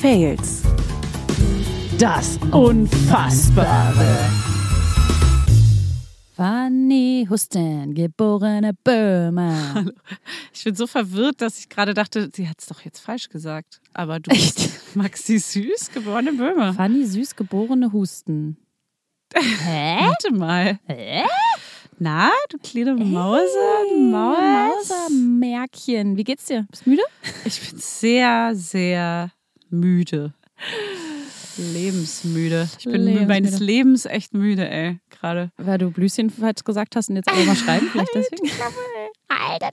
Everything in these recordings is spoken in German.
Fails. Das Unfassbare. Fanny Husten, geborene Böhme. Ich bin so verwirrt, dass ich gerade dachte, sie hat es doch jetzt falsch gesagt. Aber du bist Maxi Süß, geborene Böhme. Fanny süß geborene Husten. Hä? Warte mal. Hä? Na, du kleine Mauser, Maulmaus. Mausermärkchen. Wie geht's dir? Bist du müde? Ich bin sehr, sehr müde. Lebensmüde. Ich bin Lebensmüde. meines Lebens echt müde, ey. Gerade. Weil du Blüschen falsch gesagt hast und jetzt einfach mal schreiben, vielleicht deswegen.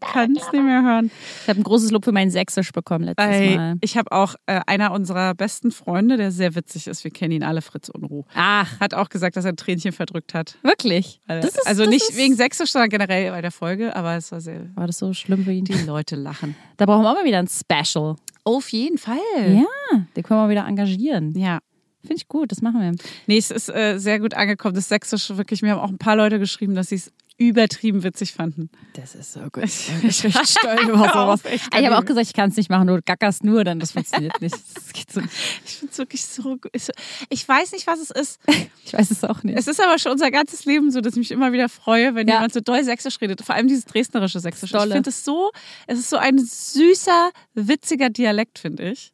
Kann es nicht mehr hören. Ich habe ein großes Lob für mein Sächsisch bekommen letztes Ey, Mal. ich habe auch äh, einer unserer besten Freunde, der sehr witzig ist, wir kennen ihn alle, Fritz Unruh, Ach, hat auch gesagt, dass er ein Tränchen verdrückt hat. wirklich? Weil- Das ist- also das nicht ist- wegen Sächsisch, sondern generell bei der Folge, aber es war sehr. War das so schlimm für ihn? Die Leute lachen. Da brauchen wir auch mal wieder ein Special. Auf jeden Fall. Ja, den können wir mal wieder engagieren. Ja. Finde ich gut, das machen wir. Nee, es ist äh, sehr gut angekommen. Das Sächsische wirklich. Mir haben auch ein paar Leute geschrieben, dass sie es übertrieben witzig fanden. Das ist so gut. Ich Ich bin echt stolz über sowas. Ah, Ich Ich habe auch gesagt, ich kann es nicht machen, du gackerst nur, dann das funktioniert nicht. Das geht so. nicht. Ich finde es wirklich so gut. Ist so- Ich weiß nicht, was es ist. Ich weiß es auch nicht. Es ist aber schon unser ganzes Leben so, dass ich mich immer wieder freue, wenn Ja. jemand so doll Sächsisch redet. Vor allem dieses dresdnerische Sächsisch. Ich Dolle. finde es so, es ist so ein süßer, witziger Dialekt, finde ich.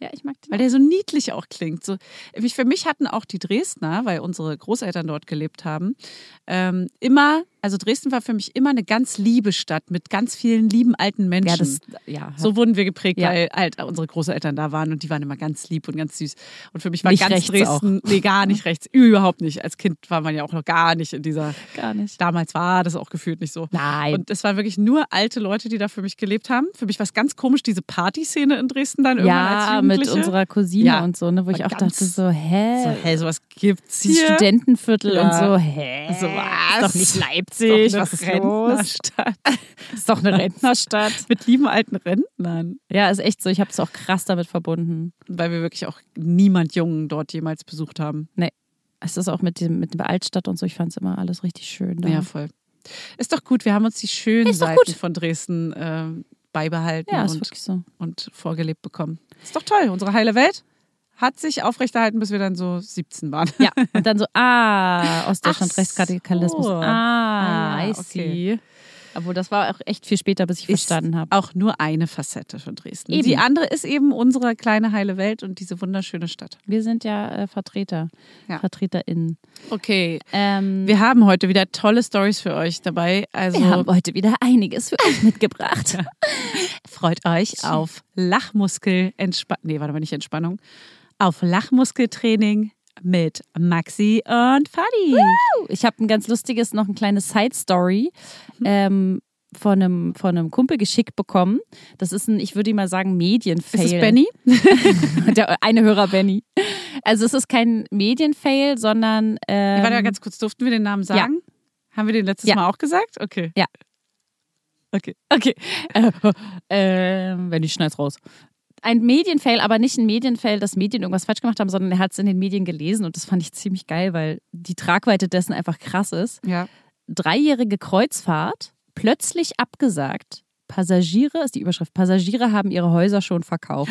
Ja, ich mag den. Weil der so niedlich auch klingt. So, mich- für mich hatten auch die Dresdner, weil unsere Großeltern dort gelebt haben, ähm, immer, also Dresden war für mich immer eine ganz liebe Stadt mit ganz vielen lieben alten Menschen. Ja, das, ja. so wurden wir geprägt, Ja. weil halt unsere Großeltern da waren und die waren immer ganz lieb und ganz süß. Und für mich war Nicht ganz rechts Dresden, nee, gar nicht rechts, überhaupt nicht. Als Kind war man ja auch noch gar nicht in dieser, gar nicht. damals war das auch gefühlt nicht so. Nein. Und es waren wirklich nur alte Leute, die da für mich gelebt haben. Für mich war es ganz komisch, diese Partyszene in Dresden dann irgendwann als ja, mit Jugendliche. unserer Cousine Ja. und so, ne, wo ich War auch ganz- dachte so, hä? So, hey, sowas gibt's Dieses Äh, hier. Studentenviertel Ja. und so, hä? So, was? Ist doch nicht Leipzig, Ist doch eine was ist los? Rentnerstadt. Ist doch eine Rentnerstadt. Mit lieben alten Rentnern. Ja, ist echt so. Ich habe es auch krass damit verbunden. Weil wir wirklich auch niemand Jungen dort jemals besucht haben. Es ist auch mit dem mit der Altstadt und so. Ich fand es immer alles richtig schön. Da. Ja, voll. Ist doch gut, wir haben uns die schönen Ist doch Seiten gut. von Dresden ähm, beibehalten ja ist und, wirklich so. und vorgelebt bekommen. Ist doch toll. Unsere heile Welt hat sich aufrechterhalten, bis wir dann so 17 waren. Ja, und dann so, ah, Ostdeutschland, Ach Rechtsradikalismus. so. Ah, Ah, I okay. see. Obwohl, das war auch echt viel später, bis ich Ist- verstanden habe. Auch nur eine Facette von Dresden. Eben. Die andere ist eben unsere kleine heile Welt und diese wunderschöne Stadt. Wir sind ja äh, Vertreter, Ja. VertreterInnen. Okay, Ähm, Wir haben heute wieder tolle Stories für euch dabei. Also wir haben heute wieder einiges für euch mitgebracht. freut euch auf Lachmuskelentspannung. Nee, warte mal, nicht Entspannung. Auf Lachmuskeltraining mit Maxi und Fadi. Uh, Ich habe ein ganz lustiges, noch ein kleines Side-Story ähm, von, einem, von einem Kumpel geschickt bekommen. Das ist ein, ich würde ihm mal sagen, Medienfail. Ist es Benny? Der eine Hörer Benny. Also es ist kein Medienfail, sondern ähm, Warte mal ganz kurz, durften wir den Namen sagen? Haben wir den letztes Ja. Mal auch gesagt? Okay. Ja. Okay. Okay. Äh, äh, wenn ich schneid's raus. Ein Medienfail, aber nicht ein Medienfail, dass Medien irgendwas falsch gemacht haben, sondern er hat es in den Medien gelesen und das fand ich ziemlich geil, weil die Tragweite dessen einfach krass ist. Ja. Dreijährige Kreuzfahrt, plötzlich abgesagt. Passagiere, ist die Überschrift, Passagiere haben ihre Häuser schon verkauft.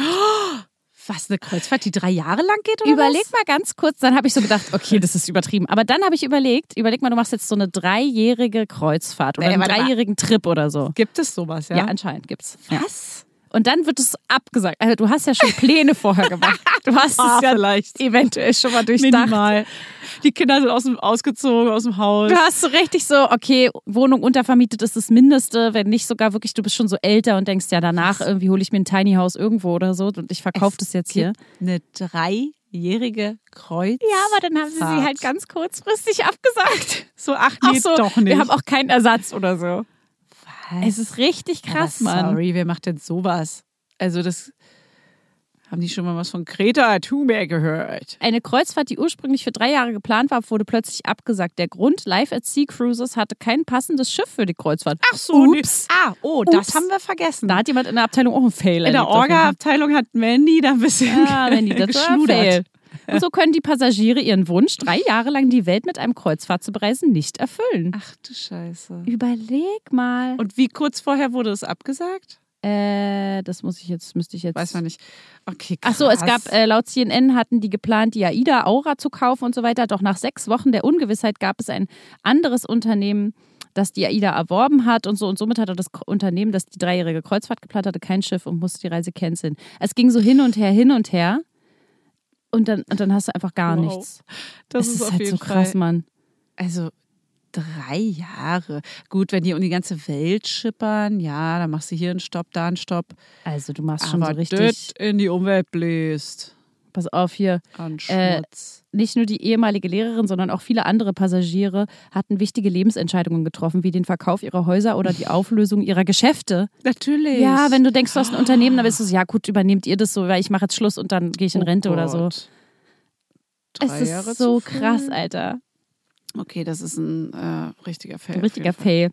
Was, eine Kreuzfahrt, die drei Jahre lang geht oder Überleg mal ganz kurz, dann habe ich so gedacht, okay, das ist übertrieben. Aber dann habe ich überlegt, überleg mal, du machst jetzt so eine dreijährige Kreuzfahrt oder Nee, einen Äh, warte mal. dreijährigen Trip oder so. was? Gibt es sowas, Ja, ja? anscheinend gibt's. Ja. Was? Und dann wird es abgesagt. Also du hast ja schon Pläne vorher gemacht. Du hast Ah, es ja vielleicht. eventuell schon mal durchdacht. Minimal. Die Kinder sind aus dem, ausgezogen aus dem Haus. Du hast so richtig so, okay, Wohnung untervermietet ist das Mindeste, wenn nicht sogar wirklich, du bist schon so älter und denkst, ja, danach irgendwie hole ich mir ein Tiny House irgendwo oder so und ich verkaufe das jetzt hier. Eine ne dreijährige Kreuz. Fahrt. halt ganz kurzfristig abgesagt. so, ach Ach nee, so, doch nicht. wir haben auch keinen Ersatz oder so. Es ist richtig krass, krass, Mann. Mann. Sorry, wer macht denn sowas? Also das haben die schon mal was von Kreta Thunberg gehört. Eine Kreuzfahrt, die ursprünglich für drei Jahre geplant war, wurde plötzlich abgesagt. Der Grund, Live at Sea Cruises hatte kein passendes Schiff für die Kreuzfahrt. Ups. nee. Ah, oh, Ups. das haben wir vergessen. Da hat jemand in der Abteilung auch einen Fail In der erlebt auf jeden Fall. Orga-Abteilung hat Mandy da ein bisschen Ah, wenn die das war geschludert. Fail. Und so können die Passagiere ihren Wunsch, drei Jahre lang die Welt mit einem Kreuzfahrt zu bereisen, nicht erfüllen. Ach du Scheiße. Überleg mal. Und wie kurz vorher wurde es abgesagt? Äh, das muss ich jetzt, müsste ich jetzt. Weiß man nicht. Okay, Ach krass. so, es gab äh, laut CNN hatten die geplant, die AIDA Aura zu kaufen und so weiter. Doch nach sechs Wochen der Ungewissheit gab es ein anderes Unternehmen, das die AIDA erworben hat und so. Und somit hatte das K- Unternehmen, das die dreijährige Kreuzfahrt geplant hatte, kein Schiff und musste die Reise canceln. Es ging so hin und her, hin und her. Und dann, und dann hast du einfach gar Wow. nichts. das es ist, ist, auf halt so jeden krass, Fall. Mann. Also drei Jahre. Gut, wenn die um die ganze Welt schippern, ja, dann machst du hier einen Stopp, da einen Stopp. Also du machst schon so Aber richtig. das in die Umwelt bläst. Pass auf hier. An Äh, Schmutz. Nicht nur die ehemalige Lehrerin, sondern auch viele andere Passagiere hatten wichtige Lebensentscheidungen getroffen, wie den Verkauf ihrer Häuser oder die Auflösung ihrer Geschäfte. Natürlich. Ja, wenn du denkst, du hast ein Unternehmen, dann Ah. bist du so, ja gut, übernehmt ihr das so, weil ich mache jetzt Schluss und dann gehe ich in Rente oder so. Oh Drei Oh es ist Jahre so zu früh. krass, Alter. Okay, das ist ein äh, richtiger Fail. Ein auf richtiger jeden Fall. Fail.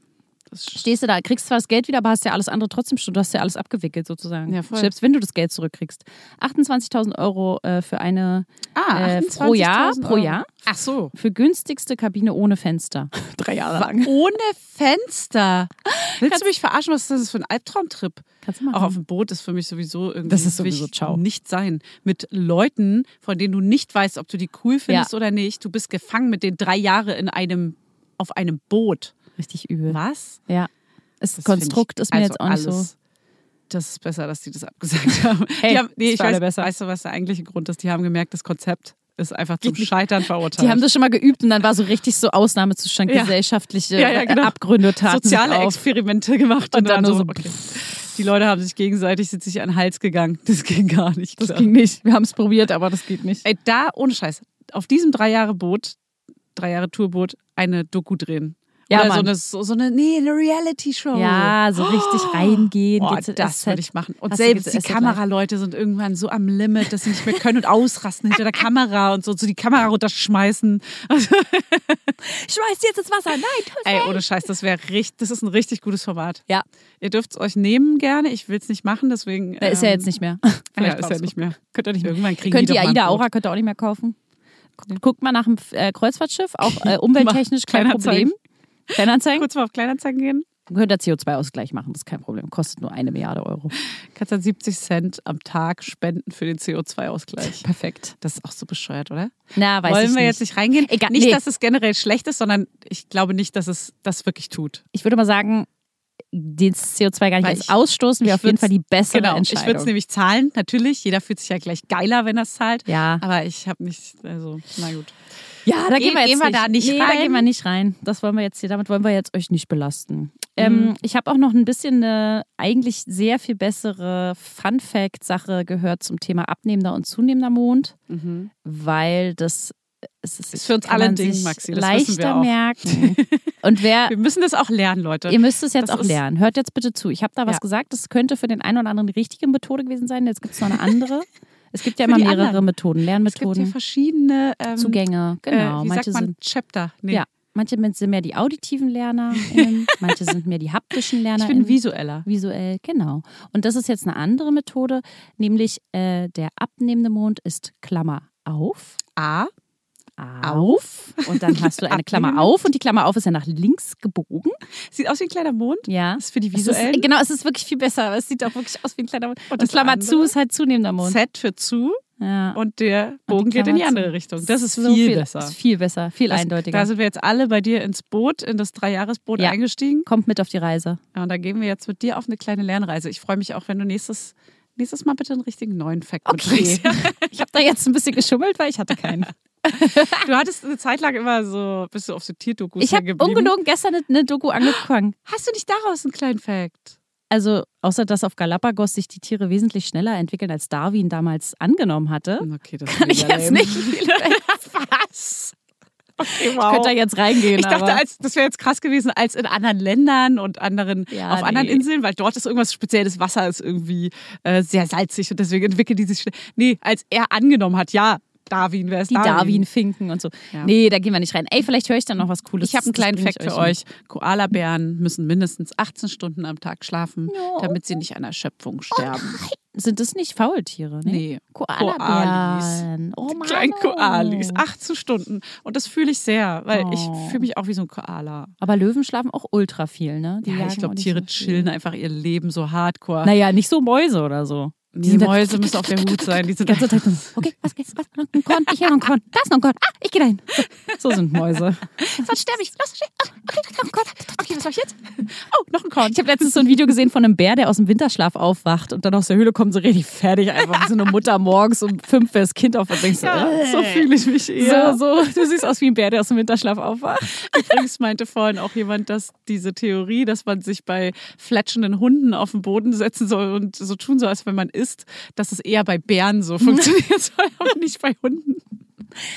Das ist- Stehst du da, kriegst zwar das Geld wieder, aber hast ja alles andere trotzdem schon. Du hast ja alles abgewickelt sozusagen. Ja, voll. Selbst wenn du das Geld zurückkriegst. 28.000 Euro äh, für eine, Ah, äh, pro Jahr, 28.000 pro Euro. Jahr. Ach so. für günstigste Kabine ohne Fenster. Drei Jahre lang. Ohne Fenster. Willst du mich verarschen? Was ist das für ein Albtraumtrip? Kannst du machen. Auch auf dem Boot ist für mich sowieso irgendwie Hm. Das ist sowieso will ich ciao. nicht sein. Mit Leuten, von denen du nicht weißt, ob du die cool findest oder nicht. Du bist gefangen mit den drei Jahre in einem, auf einem Boot. Richtig übel. Was? Ja. Das, Das Konstrukt find ich- ist mir also jetzt auch nicht alles. so. Das ist besser, dass die das abgesagt haben. Hey, die haben ist ich für alle weiß, besser. weißt du, was der eigentliche Grund ist? Die haben gemerkt, das Konzept ist einfach zum Scheitern verurteilt. Die haben das schon mal geübt und dann war so richtig so Ausnahmezustand, Ja. gesellschaftliche Ja, ja, äh, genau. Abgründe taten sich soziale auf. Experimente gemacht und, Und dann dann, nur so, so, okay. Die Leute haben sich gegenseitig sind sich an den Hals gegangen. Das ging gar nicht. Das klar. ging nicht. Wir haben es probiert, aber das geht nicht. Ey, da, ohne Scheiß, auf diesem drei Jahre Boot, drei Jahre Tourboot, eine Doku drehen. Ja, Oder so Mann. eine, so, so eine, nee, eine Reality-Show. Ja, so richtig reingehen. Oh. Boah, GZSZ. das würde ich machen. Und Hast du selbst die GZSZ? Kameraleute sind irgendwann so am Limit, dass sie nicht mehr können und ausrasten hinter der Kamera und so, so die Kamera runterschmeißen. Schmeiß jetzt ins Wasser. Nein, tu's Ey, nicht. ohne Scheiß, das wäre richtig, das ist ein richtig gutes Format. Ja, Ihr dürft es euch nehmen gerne, ich will es nicht machen, deswegen. da Äh, ist ja ähm, jetzt nicht mehr. Ah Ja, Vielleicht ist ja brauchst du- nicht mehr. Könnt ihr nicht mehr. Irgendwann kriegen Könnt die ihr doch mal AIDA ein Brot. Aura könnt ihr auch nicht mehr kaufen. Guckt, guckt mal nach einem äh, Kreuzfahrtschiff, auch äh, umwelttechnisch kein Kleinanzeigen. Problem. Kleinanzeigen? Kurz mal auf Kleinanzeigen gehen. Könnt ihr CO2-Ausgleich machen, das ist kein Problem. Kostet nur eine Milliarde Euro. Kannst dann 70 Cent am Tag spenden für den CO2-Ausgleich. Perfekt. Das ist auch so bescheuert, oder? Na, weiß Wollen ich wir nicht. jetzt nicht reingehen? Egal, nicht, nee. dass es generell schlecht ist, sondern ich glaube nicht, dass es das wirklich tut. Ich würde mal sagen, den CO2 gar nicht Weil als ich- ausstoßen ich wäre auf jeden würd's- Fall die bessere genau, ich Entscheidung. würde es nämlich zahlen, natürlich. Jeder fühlt sich ja gleich geiler, wenn er es zahlt. ja. Aber ich habe nicht, also, na gut. ja, da Gehen- gehen wir jetzt gehen wir nicht. Ah, da nicht nee, rein? da gehen wir nicht rein. Das wollen wir jetzt hier, damit wollen wir jetzt euch nicht belasten. Mhm. Ähm, ich habe auch noch ein bisschen eine eigentlich sehr viel bessere Fun-Fact-Sache gehört zum Thema abnehmender und zunehmender Mond, weil das es ist, Ist für uns kann alle man ein Ding, sich Maxi, das wissen wir leichter auch. merken. Und wer Wir müssen das auch lernen, Leute. Ihr müsst es jetzt Das auch ist- lernen. Hört jetzt bitte zu. Ich habe da was Ja. gesagt, das könnte für den einen oder anderen die richtige Methode gewesen sein. Jetzt gibt es noch eine andere. es gibt ja Für immer die mehrere anderen. Methoden, es gibt hier Lernmethoden, verschiedene ähm, Zugänge. Genau. äh, wie manche sagt man? sind Chapter. Nee. ja, manche men- sind mehr die auditiven LernerInnen, manche sind mehr die haptischen Ich bin LernerInnen. visueller. visuell, genau. Und das ist jetzt eine andere Methode, nämlich äh, der abnehmende Mond ist Klammer auf. A. Auf. Und dann hast du eine Klammer Abnehmend. auf und die Klammer auf ist ja nach links gebogen. Sieht aus wie ein kleiner Mond. Ja. Das ist für die Es visuellen. Ist, genau, es ist wirklich viel besser. Es sieht auch wirklich aus wie ein kleiner Mond. Und, das Klammer andere? zu ist halt zunehmender Mond. Z für zu Ja. und der Bogen geht in die andere Richtung. Das ist So viel, besser. Ist viel besser, viel Das- eindeutiger. Da sind wir jetzt alle bei dir ins Boot, in das Dreijahresboot Ja. eingestiegen. Kommt mit auf die Reise. Ja, und da gehen wir jetzt mit dir auf eine kleine Lernreise. Ich freue mich auch, wenn du nächstes, nächstes Mal bitte einen richtigen neuen Fact mitbringst. ich habe da jetzt ein bisschen geschummelt, weil ich hatte keinen. Du hattest eine Zeit lang immer so, bist du auf so Tierdokus Ich habe hängen geblieben. ungelogen gestern eine, eine Doku angefangen. Hast du nicht daraus einen kleinen Fact? Also, außer dass auf Galapagos sich die Tiere wesentlich schneller entwickeln, als Darwin damals angenommen hatte, Okay, das kann Hm? ich jetzt nicht viel. Was? Okay, wow. Ich könnte da jetzt reingehen. Ich dachte, aber als, das wäre jetzt krass gewesen, als in anderen Ländern und anderen, Ja, auf anderen nee. Inseln, weil dort ist irgendwas spezielles Wasser ist irgendwie äh, sehr salzig und deswegen entwickelt die sich schnell. Nee, als er angenommen hat, ja, Darwin, wer ist Die Darwin? Darwin-Finken und so. Ja. Nee, da gehen wir nicht rein. Ey, vielleicht höre ich dann noch was Cooles. Ich habe einen Das kleinen bring ich Fact für euch. Koalabären müssen mindestens 18 Stunden am Tag schlafen, No. damit sie nicht an Oh, Erschöpfung sterben. mit. Sind das nicht Faultiere? Ne? Nee. Koalabären. Oh Mann. Klein Koalis, 18 Stunden. Und das fühle ich sehr, weil Oh. ich fühle mich auch wie so ein Koala. Aber Löwen schlafen auch ultra viel, ne? Die Ja, jagen ich auch glaube, nicht Tiere so viel. chillen einfach ihr Leben so hardcore. Naja, nicht so Mäuse oder so. die sind halt da- Mäuse müssen auf der Hut sein. Die sind ganze Zeit nur, okay, was geht's? Was? Noch ein Korn, ich höre noch ein Korn. Da ist noch ein Korn. Ah, ich gehe dahin. So, so sind Mäuse. sonst sterbe ich. Los, schnell. Ah, okay, oh Gott. okay, was mach ich jetzt? Oh, noch ein Korn. Ich habe letztens so ein Video gesehen von einem Bär, der aus dem Winterschlaf aufwacht und dann aus der Höhle kommt, so richtig fertig, einfach wie so eine Mutter morgens um fünf für das Kind auf und denkst so, ja, äh, so fühle ich mich eher. so, so, du siehst aus wie ein Bär, der aus dem Winterschlaf aufwacht. Übrigens meinte vorhin auch jemand, dass diese Theorie, dass man sich bei fletschenden Hunden auf den Boden setzen soll und so tun soll, als wenn man isst, dass es eher bei Bären so funktioniert soll, aber nicht bei Hunden.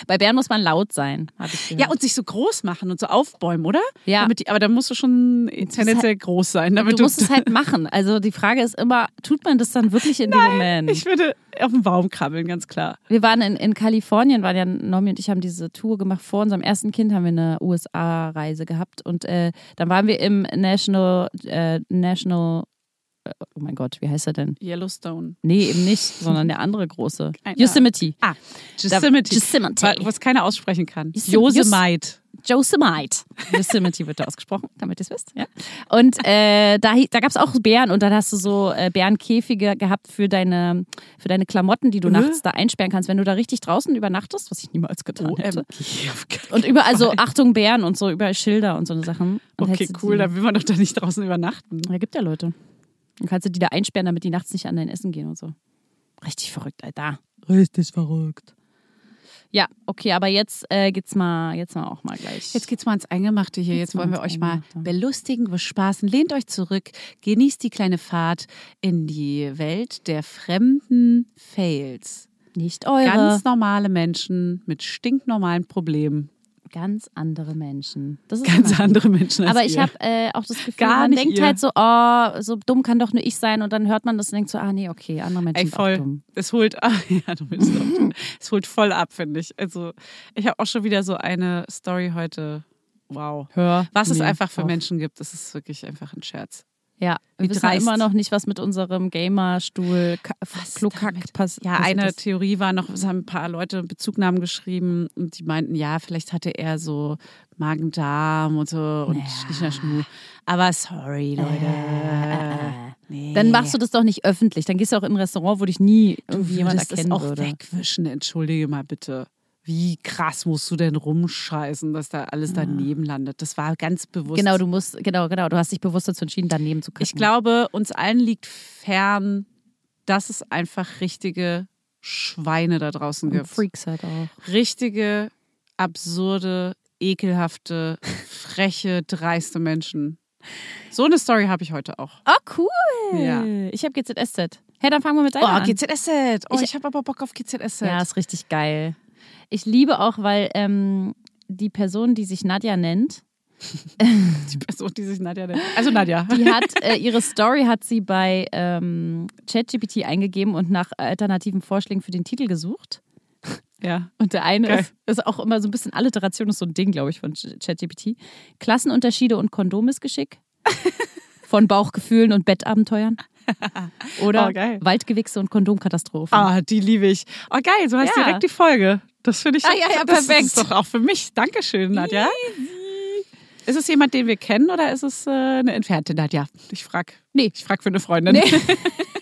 Bei Bären muss man laut sein, habe ich gehört. Ja, und sich so groß machen und so aufbäumen, oder? Ja. Damit die, aber dann musst du schon tendenziell groß sein, damit du musst es halt machen. Also die Frage ist immer, tut man das dann wirklich in dem Moment? Ich würde auf den Baum krabbeln, ganz klar. Wir waren in, in Kalifornien, waren ja Nomi und ich haben diese Tour gemacht. Vor unserem ersten Kind haben wir eine USA-Reise gehabt und äh, dann waren wir im National, äh, National, äh, oh mein Gott, wie heißt er denn? Yellowstone. Nee, eben nicht, sondern der andere große. Keine Yosemite. Ah, Yosemite. Yosemite. Wa- Was keiner aussprechen kann. Yosem- Yosemite. Yosemite. Yosemite wird da ausgesprochen, damit ihr es wisst. Ja. Und äh, da, hi- da gab es auch Bären und dann hast du so äh, Bärenkäfige gehabt für deine, für deine Klamotten, die du Äh? nachts da einsperren kannst. Wenn du da richtig draußen übernachtest, was ich niemals getan Oh, Ähm, hätte. OMG, auf keinen Und überall so Achtung Bären und so, überall Schilder und so eine Sachen. Und Okay, hältst du cool, Die, dann will man doch da nicht draußen übernachten. da gibt ja Leute. Dann kannst du die da einsperren, damit die nachts nicht an dein Essen gehen und so. Richtig verrückt, Alter. Richtig verrückt. Ja, okay, aber jetzt äh, geht's mal, jetzt mal auch mal gleich. Jetzt geht's mal ans Eingemachte hier. Jetzt, mal wollen wir ans euch mal Eingemachte. belustigen, bespaßen. Lehnt euch zurück, genießt die kleine Fahrt in die Welt der fremden Fails. nicht eure Ganz ganz, normale Menschen mit stinknormalen Problemen. andere Menschen. Das ist Ganz immer- andere Menschen als Aber ich ihr. habe äh, auch das Gefühl, Gar man nicht denkt ihr. halt so, oh, so dumm kann doch nur ich sein und dann hört man das und denkt so, ah nee, okay, andere Menschen Ey, sind auch voll. dumm. Es holt, ah, ja, du bist auch- es holt voll ab, finde ich. Also, ich habe auch schon wieder so eine Story heute. Wow. Hör Was es mir einfach für auf. Menschen gibt, das ist wirklich einfach ein Scherz. Ja, Wie wir wissen dreist. immer noch nicht, was mit unserem Gamerstuhl, Ka- damit? Klokack passiert. Ja, passiert eine ist. Theorie war noch, es haben ein paar Leute Bezugnahmen geschrieben und die meinten, ja, vielleicht hatte er so Magen-Darm und so und Naja. Schnischner-Schnu. Aber sorry, Leute. Äh, äh. Nee. Dann machst du das doch nicht öffentlich. Dann gehst du auch in ein Restaurant, wo dich nie du irgendwie jemand würdest erkennen es auch würde. wegwischen, entschuldige mal bitte. Wie krass musst du denn rumscheißen, dass da alles daneben landet? Das war ganz bewusst. Genau, du musst, genau, genau, du hast dich bewusst dazu entschieden, daneben zu kacken. Ich glaube, uns allen liegt fern, dass es einfach richtige Schweine da draußen Und gibt. Freaks halt auch. richtige, absurde, ekelhafte, freche, dreiste Menschen. So eine Story habe ich heute auch. Oh, cool. Ja. Ich habe GZSZ. Hey, dann fangen wir mit Oh, deiner an. GZSZ. Oh, Ich- ich, habe aber Bock auf GZSZ. Ja, ist richtig geil. Ich liebe auch, weil ähm, die Person, die sich Nadja nennt, die Person, die sich Nadja nennt. Also Nadja. die hat äh, ihre Story hat sie bei ähm, ChatGPT eingegeben und nach alternativen Vorschlägen für den Titel gesucht. ja. Und der eine Geil. ist, ist auch immer so ein bisschen Alliteration, ist so ein Ding, glaube ich, von Ch- ChatGPT. Klassenunterschiede und Kondomissgeschick. von Bauchgefühlen und Bettabenteuern. Oder Oh, geil. Waldgewichse und Kondomkatastrophen. Ah, die liebe ich. Oh, geil, so heißt Ja. direkt die Folge. Das finde ich Ah, ja, ja, das perfekt. ist doch auch für mich. Dankeschön, Nadja. Ist es jemand, den wir kennen oder ist es äh, eine entfernte Nadja? Ich frage. Nee. Ich frage für eine Freundin.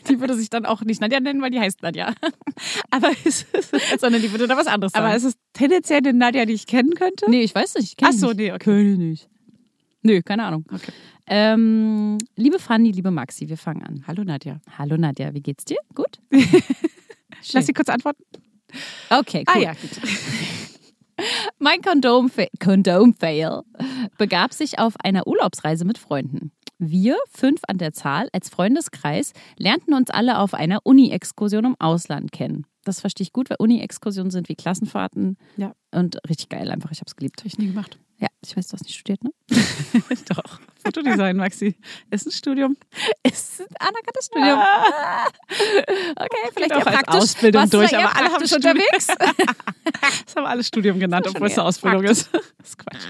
Die würde sich dann auch nicht Nadja nennen, weil die heißt Nadja. Aber ist es, Sondern die würde da was anderes sagen. aber ist es tendenziell eine Nadja, die ich kennen könnte? Nee, ich weiß nicht. Ich kenn Ach so, nicht. nee, okay. König. Nö, keine Ahnung. Okay. Ähm, liebe Fanny, liebe Maxi, wir fangen an. Hallo Nadja. Hallo Nadja, wie geht's dir? Gut? Lass sie kurz antworten. Ah Okay, cool. gut. Mein Kondom-Fa- Kondom-Fail begab sich auf einer Urlaubsreise mit Freunden. Wir, fünf an der Zahl, als Freundeskreis, lernten uns alle auf einer Uni-Exkursion im Ausland kennen. Das verstehe ich gut, weil Uni-Exkursionen sind wie Klassenfahrten Ja. und richtig geil einfach. Ich habe es geliebt. Hab ich nie gemacht. Ja, ich weiß, du hast nicht studiert, ne? Doch. Fotodesign, Maxi. Ist ein Studium. Ist ein anerkanntes Studium. Ah. Okay, vielleicht auch eher als praktisch. Ausbildung Warst du durch, da eher aber alle haben praktisch schon unterwegs. Das haben alle Studium genannt, Das ist obwohl es eine schon Ausbildung ist. Das ist Quatsch.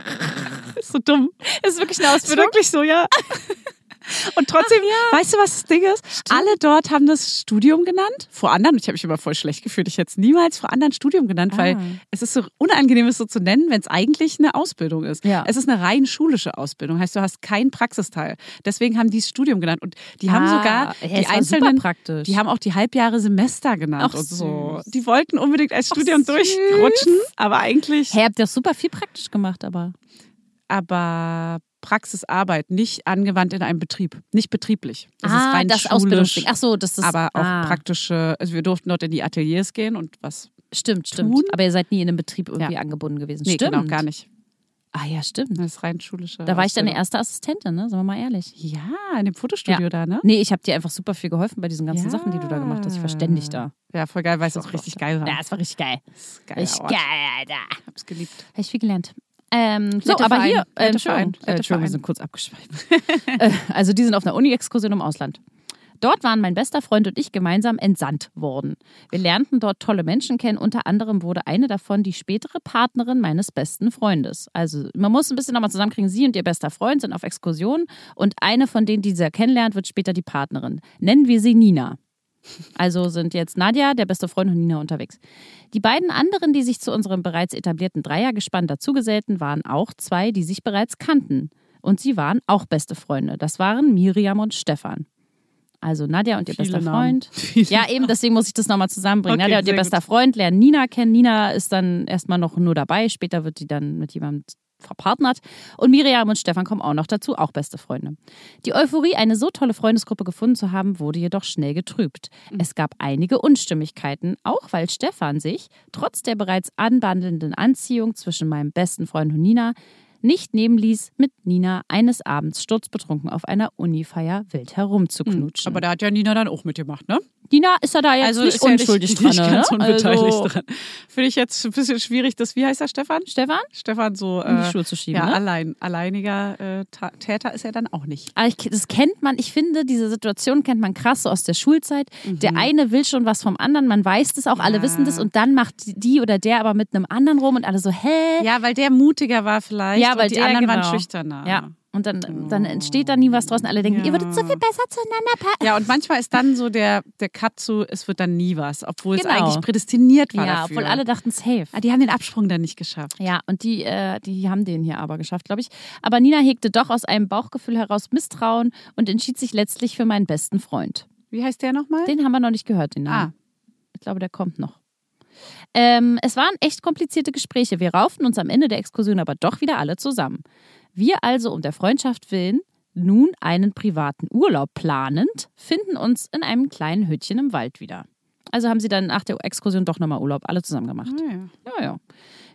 Das ist so dumm. Das ist wirklich eine Das ist Ausbildung. wirklich so, ja. Und trotzdem, weißt du, was das Ding ist? Alle dort haben das Studium genannt. Vor anderen, ich habe mich immer voll schlecht gefühlt. Ich hätte es niemals vor anderen Studium genannt, weil Ah. es ist so unangenehm, es so zu nennen, wenn es eigentlich eine Ausbildung ist. Ja. Es ist eine rein schulische Ausbildung, heißt, du hast keinen Praxisteil. Deswegen haben die es Studium genannt. Und die haben Ah, sogar ja, die es war einzelnen. super praktisch. Die haben auch die Halbjahre Semester genannt Ach, und so. süß. Die wollten unbedingt als Ach, Studium süß. durchrutschen, aber eigentlich. Hey, habt ihr super viel praktisch gemacht, aber. aber Praxisarbeit, nicht angewandt in einem Betrieb, nicht betrieblich. Das ist rein Ah, das schulisch, Ausbildungsding. Ach so, das ist. aber auch ah, praktische, also wir durften dort in die Ateliers gehen und was? Stimmt, stimmt. tun. Aber ihr seid nie in einem Betrieb irgendwie Ja. angebunden gewesen. Nee, stimmt. genau, gar nicht. Ah ja, stimmt. Das ist rein schulische. Da war ich deine Ausbildung. erste Assistentin, ne? Sagen wir mal ehrlich. Ja, in dem Fotostudio Ja. da, ne? Nee, ich habe dir einfach super viel geholfen bei diesen ganzen Ja. Sachen, die du da gemacht hast. Ich war ständig da. Ja, voll geil, weil es auch richtig geil war. Ja, es war richtig geil. Das ist ein geiler Richtig Ort. geil, Alter. Hab's geliebt. Habe ich viel gelernt. Ähm, so, aber Kletterverein, hier, äh, Kletterverein, Entschuldigung, äh, Entschuldigung, wir Kletterverein. sind kurz abgeschweift. äh, also die sind auf einer Uni-Exkursion im Ausland. Dort waren mein bester Freund und ich gemeinsam entsandt worden. Wir lernten dort tolle Menschen kennen. Unter anderem wurde eine davon die spätere Partnerin meines besten Freundes. Also man muss ein bisschen nochmal zusammenkriegen. Sie und ihr bester Freund sind auf Exkursion und eine von denen, die sie kennenlernt, wird später die Partnerin. Nennen wir sie Nina. Also sind jetzt Nadja, der beste Freund und Nina unterwegs. Die beiden anderen, die sich zu unserem bereits etablierten Dreiergespann dazugesellten, waren auch zwei, die sich bereits kannten. Und sie waren auch beste Freunde. Das waren Miriam und Stefan. Also Nadja und ihr Viele bester Namen. Freund. Viele Ja, eben, deswegen muss ich das nochmal zusammenbringen. ne? Okay, Nadja und ihr sehr bester Freund lernen Nina kennen. Nina ist dann erstmal noch nur dabei. Später wird die dann mit jemandem verpartnert. Und Miriam und Stefan kommen auch noch dazu, auch beste Freunde. Die Euphorie, eine so tolle Freundesgruppe gefunden zu haben, wurde jedoch schnell getrübt. Hm. Es gab einige Unstimmigkeiten, auch weil Stefan sich, trotz der bereits anbandelnden Anziehung zwischen meinem besten Freund und Nina, nicht nehmen ließ, mit Nina eines Abends sturzbetrunken auf einer Unifeier wild herumzuknutschen. Hm, Aber da hat ja Nina dann auch mitgemacht, ne? Nina ist ja da jetzt Äh, nicht Also ist ja unschuldig nicht, dran. Nicht ganz ne? unbeteiligt also, dran. Finde ich jetzt ein bisschen schwierig, das, wie heißt der Stefan? Stefan, Stefan so in die äh, Schuhe zu schieben. ja, ne? allein, alleiniger äh, Ta- Täter ist er dann auch nicht. Aber ich, das kennt man, ich finde, diese Situation kennt man krass so aus der Schulzeit. Der eine will schon was vom anderen, man weiß das auch, alle Mhm. Ja. wissen das und dann macht die oder der aber mit einem anderen rum und alle so, hä? Ja, weil der mutiger war vielleicht Ja, weil und die der, anderen waren genau. schüchterner. Ja. Und dann, dann entsteht da nie was draus und alle denken, Oh. Ja. ihr würdet so viel besser zueinander passen. Ja, und manchmal ist dann so der, der Cut zu, es wird dann nie was, obwohl es Genau. eigentlich prädestiniert war Ja, dafür. obwohl alle dachten, safe. Ah, die haben den Absprung dann nicht geschafft. Ja, und die, äh, die haben den hier aber geschafft, glaube ich. Aber Nina hegte doch aus einem Bauchgefühl heraus Misstrauen und entschied sich letztlich für meinen besten Freund. Wie heißt der nochmal? Den haben wir noch nicht gehört, den Namen. Ah, Ich glaube, der kommt noch. Ähm, es waren echt komplizierte Gespräche. Wir rauften uns am Ende der Exkursion aber doch wieder alle zusammen. Wir also, um der Freundschaft willen, nun einen privaten Urlaub planend, finden uns in einem kleinen Hütchen im Wald wieder. Also haben sie dann nach der Exkursion doch nochmal Urlaub alle zusammen gemacht. naja. Ja, ja.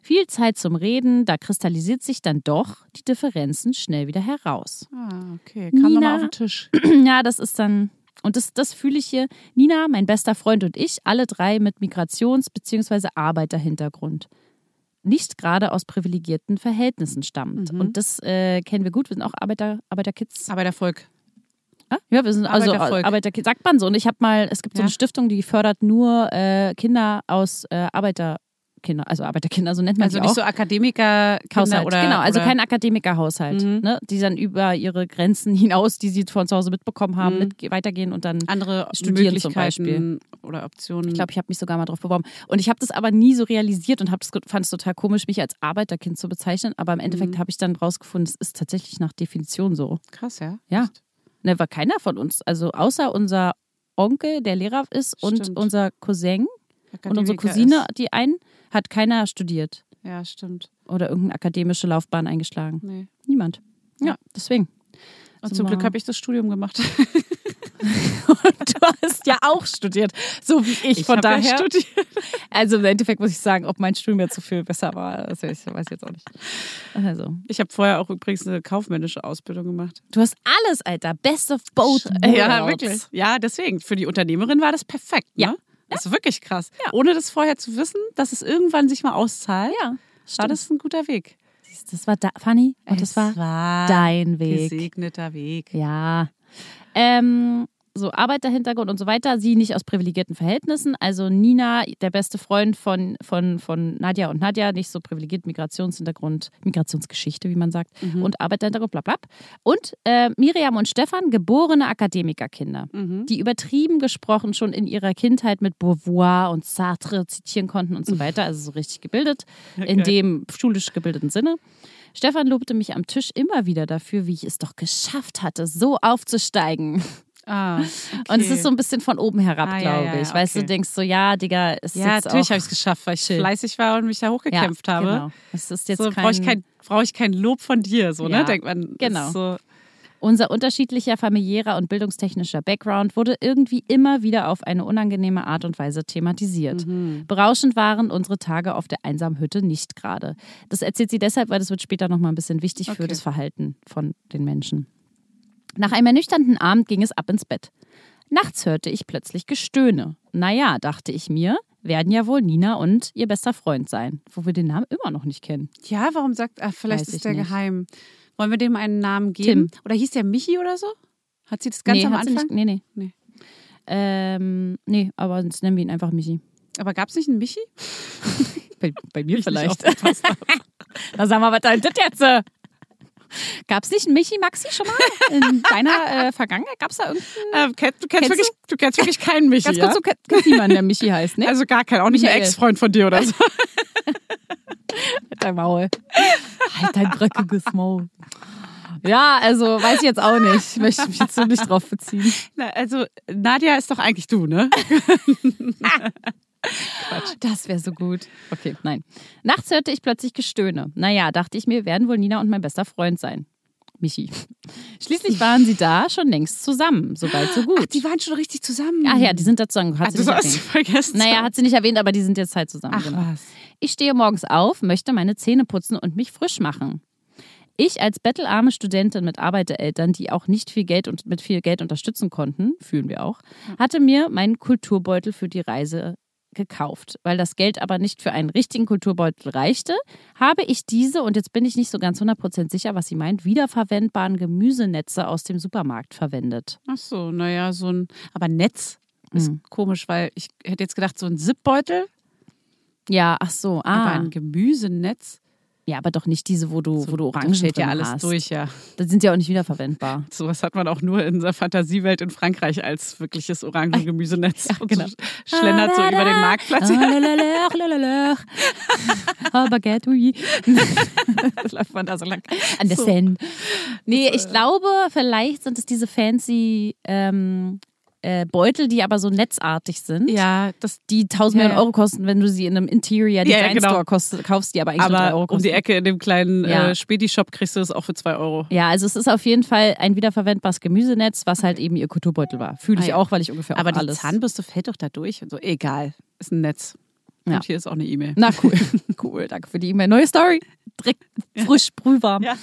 Viel Zeit zum Reden, da kristallisiert sich dann doch die Differenzen schnell wieder heraus. ah okay. Kam nochmal Nina. auf den Tisch. ja, das ist dann. Und das, das fühle ich hier. Nina, mein bester Freund und ich, alle drei mit Migrations- bzw. Arbeiterhintergrund. Nicht gerade aus privilegierten Verhältnissen stammend. Mhm. Und das äh, kennen wir gut. Wir sind auch Arbeiter, Arbeiterkids. Aber der Volk. Ah, Ja, wir sind also Arbeitervolk. Arbeiterkids. Sagt man so. Und ich habe mal, es gibt so Ja. eine Stiftung, die fördert nur äh, Kinder aus äh, Arbeiterkinder, also Arbeiterkinder, so nennt man Also die nicht auch. so Akademiker Haushalt, Kinder oder genau, also oder, Mhm. kein Akademikerhaushalt, ne? die dann über ihre Grenzen hinaus, die sie von zu Hause mitbekommen haben, Mhm. mit, weitergehen und dann andere Studieren zum Möglichkeiten oder Optionen. Ich glaube, ich habe mich sogar mal drauf beworben. Und ich habe das aber nie so realisiert und fand es total komisch, mich als Arbeiterkind zu bezeichnen. Aber im Endeffekt Mhm. habe ich dann rausgefunden, es ist tatsächlich nach Definition so. krass, ja. Ja. Ne, war keiner von uns. Also außer unser Onkel, der Lehrer ist, und Stimmt. unser Cousin und unsere Akademiker Cousine, Ist, die einen, hat keiner studiert ja, stimmt. oder irgendeine akademische Laufbahn eingeschlagen. Nee. Niemand. Ja. Ja, deswegen. Und So zum Glück mal- habe ich das Studium gemacht. Und du hast ja auch studiert, so wie ich. Von hab ja daher. studiert. Also im Endeffekt muss ich sagen, ob mein Studium jetzt so viel besser war, das weiß ich weiß ich jetzt auch nicht. Also, Ich habe vorher auch übrigens eine kaufmännische Ausbildung gemacht. du hast alles, Alter. Best of both worlds. Ja, wirklich. Ja, deswegen. Für die Unternehmerin war das perfekt. Ja. Ne? Das ist wirklich krass. Ja. Ohne das vorher zu wissen, dass es irgendwann sich mal auszahlt, Ja, war stimmt. das ein guter Weg. Weiß, das war da, Fanny und das Es war war dein Weg. Gesegneter Weg. Ja. Ähm, so, Arbeiterhintergrund und so weiter. Sie nicht aus privilegierten Verhältnissen. Also Nina, der beste Freund von, von, von Nadja und Nadja, nicht so privilegiert, Migrationshintergrund, Migrationsgeschichte, wie man sagt, und Arbeiterhintergrund, bla bla. Und äh, Miriam und Stefan, geborene Akademikerkinder, die übertrieben gesprochen schon in ihrer Kindheit mit Beauvoir und Sartre zitieren konnten und so weiter. Also so richtig gebildet, in Geil. dem schulisch gebildeten Sinne. Stefan lobte mich am Tisch immer wieder dafür, wie ich es doch geschafft hatte, so aufzusteigen. Ah, okay. Und es ist so ein bisschen von oben herab, Ah, ja, glaube ja, ja, ich. Weißt du, okay. denkst so, ja, Digga, es ist Ja, jetzt natürlich auch, habe ich es geschafft, weil ich Chill. fleißig war und mich da hochgekämpft ja, habe. Genau. Es ist jetzt so kein, brauche ich, kein, brauch ich kein Lob von dir, so, Ja, ne? Denkt man. genau. ist So, Unser unterschiedlicher familiärer und bildungstechnischer Background wurde irgendwie immer wieder auf eine unangenehme Art und Weise thematisiert. Berauschend waren unsere Tage auf der einsamen Hütte nicht gerade. Das erzählt sie deshalb, weil das wird später nochmal ein bisschen wichtig für Okay. das Verhalten von den Menschen. Nach einem ernüchternden Abend ging es ab ins Bett. Nachts hörte ich plötzlich Gestöhne. Naja, dachte ich mir, werden ja wohl Nina und ihr bester Freund sein, wo wir den Namen immer noch nicht kennen. ja, warum sagt. Ah, vielleicht Weiß ich ist der nicht. geheim. Wollen wir dem einen Namen geben? Oder hieß der Michi oder so? Hat sie das ganz nee, am hat sie Anfang? Nicht, nee, nee. Nee. Ähm, nee, aber sonst nennen wir ihn einfach Michi. Aber gab es nicht einen Michi? Bei, mir vielleicht. Na, sag mal, was soll das jetzt? Gab es nicht einen Michi Maxi schon mal in deiner äh, Vergangenheit? Gab es da irgendeinen? Ähm, kenn, du, kennst Kennst wirklich, du kennst wirklich keinen Michi. Ganz ja? kurz, du kenn- kennst niemanden, der Michi heißt, ne? also gar keinen, auch nicht ein Michael. Ex-Freund von dir oder so. dein Maul. Halt dein dreckiges Maul. Ja, also weiß ich jetzt auch nicht. Möchte mich jetzt so nicht drauf beziehen. Na, also Nadja ist doch eigentlich du, ne? Das wäre so gut. Okay, nein. Nachts hörte ich plötzlich Gestöhne. Naja, dachte ich mir, werden wohl Nina und mein bester Freund sein. Michi. Schließlich waren sie da schon längst zusammen. Soweit, so gut. Die waren schon richtig zusammen. Ach ja, die sind da zusammen. Hat Ah, sie das nicht hast du erwähnt. vergessen. Naja, hat sie nicht erwähnt, aber die sind jetzt halt zusammen. Ach genau. was. Ich stehe morgens auf, möchte meine Zähne putzen und mich frisch machen. Ich als bettelarme Studentin mit Arbeitereltern, die auch nicht viel Geld und mit viel Geld unterstützen konnten, fühlen wir auch, hatte mir meinen Kulturbeutel für die Reise gekauft. Weil das Geld aber nicht für einen richtigen Kulturbeutel reichte, habe ich diese, und jetzt bin ich nicht so ganz 100% sicher, was sie meint, wiederverwendbaren Gemüsenetze aus dem Supermarkt verwendet. Ach so, naja, so ein. Aber Netz ist Hm. komisch, weil ich hätte jetzt gedacht, so ein Zipbeutel, Ja, ach so, ah. aber ein Gemüsenetz. ja, aber doch nicht diese, wo du, wo du Orangen da steht ja drin alles hast. durch, ja. Das sind ja auch nicht wiederverwendbar. Sowas hat man auch nur in der Fantasiewelt in Frankreich als wirkliches Orangengemüsenetz. Ja, Und genau. so schlendert so über den Marktplatz. Ah. Lalalach, lalalach. Ah, Oh, Baguette, oui. Das läuft man da so lang. An der So. Seine. Nee, äh, ich glaube, vielleicht sind es diese fancy ähm, äh, Beutel, die aber so netzartig sind. Ja, das Die 1000 Millionen Ja, ja. Euro kosten, wenn du sie in einem Interior Ja, ja, Design genau. Store kost, kaufst, die aber eigentlich nur 3 Euro aber kosten. um die Ecke in dem kleinen Ja. äh, Späti-Shop kriegst du es auch für zwei Euro. Ja, also es ist auf jeden Fall ein wiederverwendbares Gemüsenetz, was halt eben ihr Kulturbeutel war. Fühle Mhm. Ah, ich ja. auch, weil ich ungefähr Aber auch die alles. Zahnbürste fällt doch da durch und so. Egal, ist ein Netz. Ja. Und hier ist auch eine E-Mail. Na cool, cool, danke für die E-Mail. Neue Story, direkt frisch, brühwarm. Ja.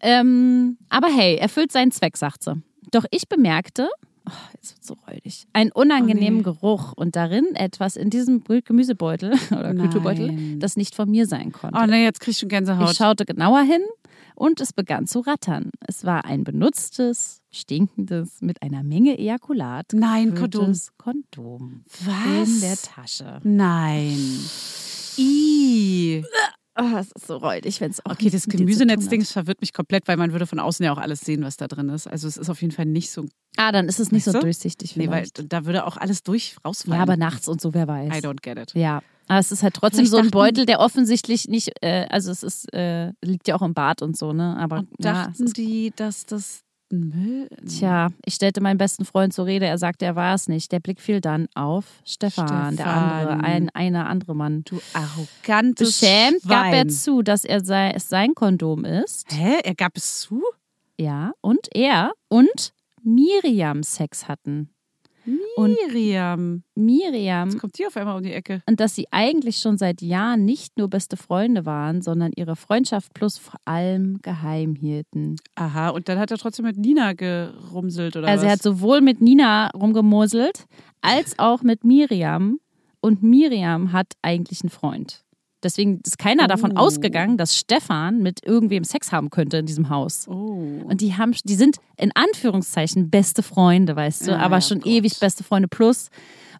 Ähm, aber hey, erfüllt seinen Zweck, sagt sie. Doch ich bemerkte, oh, jetzt wird so räudig, einen unangenehmen Geruch und darin etwas in diesem Brü- Gemüsebeutel oder Nein. Kulturbeutel, das nicht von mir sein konnte. Oh nee, jetzt kriegst du Gänsehaut. Ich schaute genauer hin und es begann zu rattern. Es war ein benutztes, stinkendes, mit einer Menge Ejakulat Nein, gefülltes Kondom in der Tasche. Nein. I. Oh, es ist so räudig, wenn es Okay, das Gemüsenetzding das verwirrt mich komplett, weil man würde von außen ja auch alles sehen, was da drin ist. Also es ist auf jeden Fall nicht so. Ah, dann ist es nicht so Weißt du? durchsichtig Nee, weil vielleicht. da würde auch alles durch rausfallen. Genau. ja, aber nachts und so, wer I weiß. don't get it. Ja, aber es ist halt trotzdem Vielleicht so ein dachten- Beutel, der offensichtlich nicht, äh, also es ist, äh, liegt ja auch im Bad und so, ne? Aber Und ja, es dachten ist, die, dass das Müll. tja, ich stellte meinen besten Freund zur Rede, er sagte, er war es nicht. Der Blick fiel dann auf Stefan, der andere, Stefan. ein einer andere Mann. Du arrogantes Beschämt gab er Schwein. zu, dass er sei, es sein Kondom ist. Hä? Er gab es zu? Ja, und er und Miriam Sex hatten. Und- Mhm. Miriam. Miriam Jetzt kommt die auf einmal um die Ecke. und dass sie eigentlich schon seit Jahren nicht nur beste Freunde waren, sondern ihre Freundschaft plus vor allem geheim hielten. Aha, und dann hat er trotzdem mit Nina gerumselt oder also was? er hat sowohl mit Nina rumgemoselt als auch mit Miriam und Miriam hat eigentlich einen Freund. Deswegen ist keiner davon Oh. ausgegangen, dass Stefan mit irgendwem Sex haben könnte in diesem Haus. Oh. Und die haben, die sind in Anführungszeichen beste Freunde, weißt du, Ah, Ja, aber ja, schon Gott. ewig beste Freunde plus.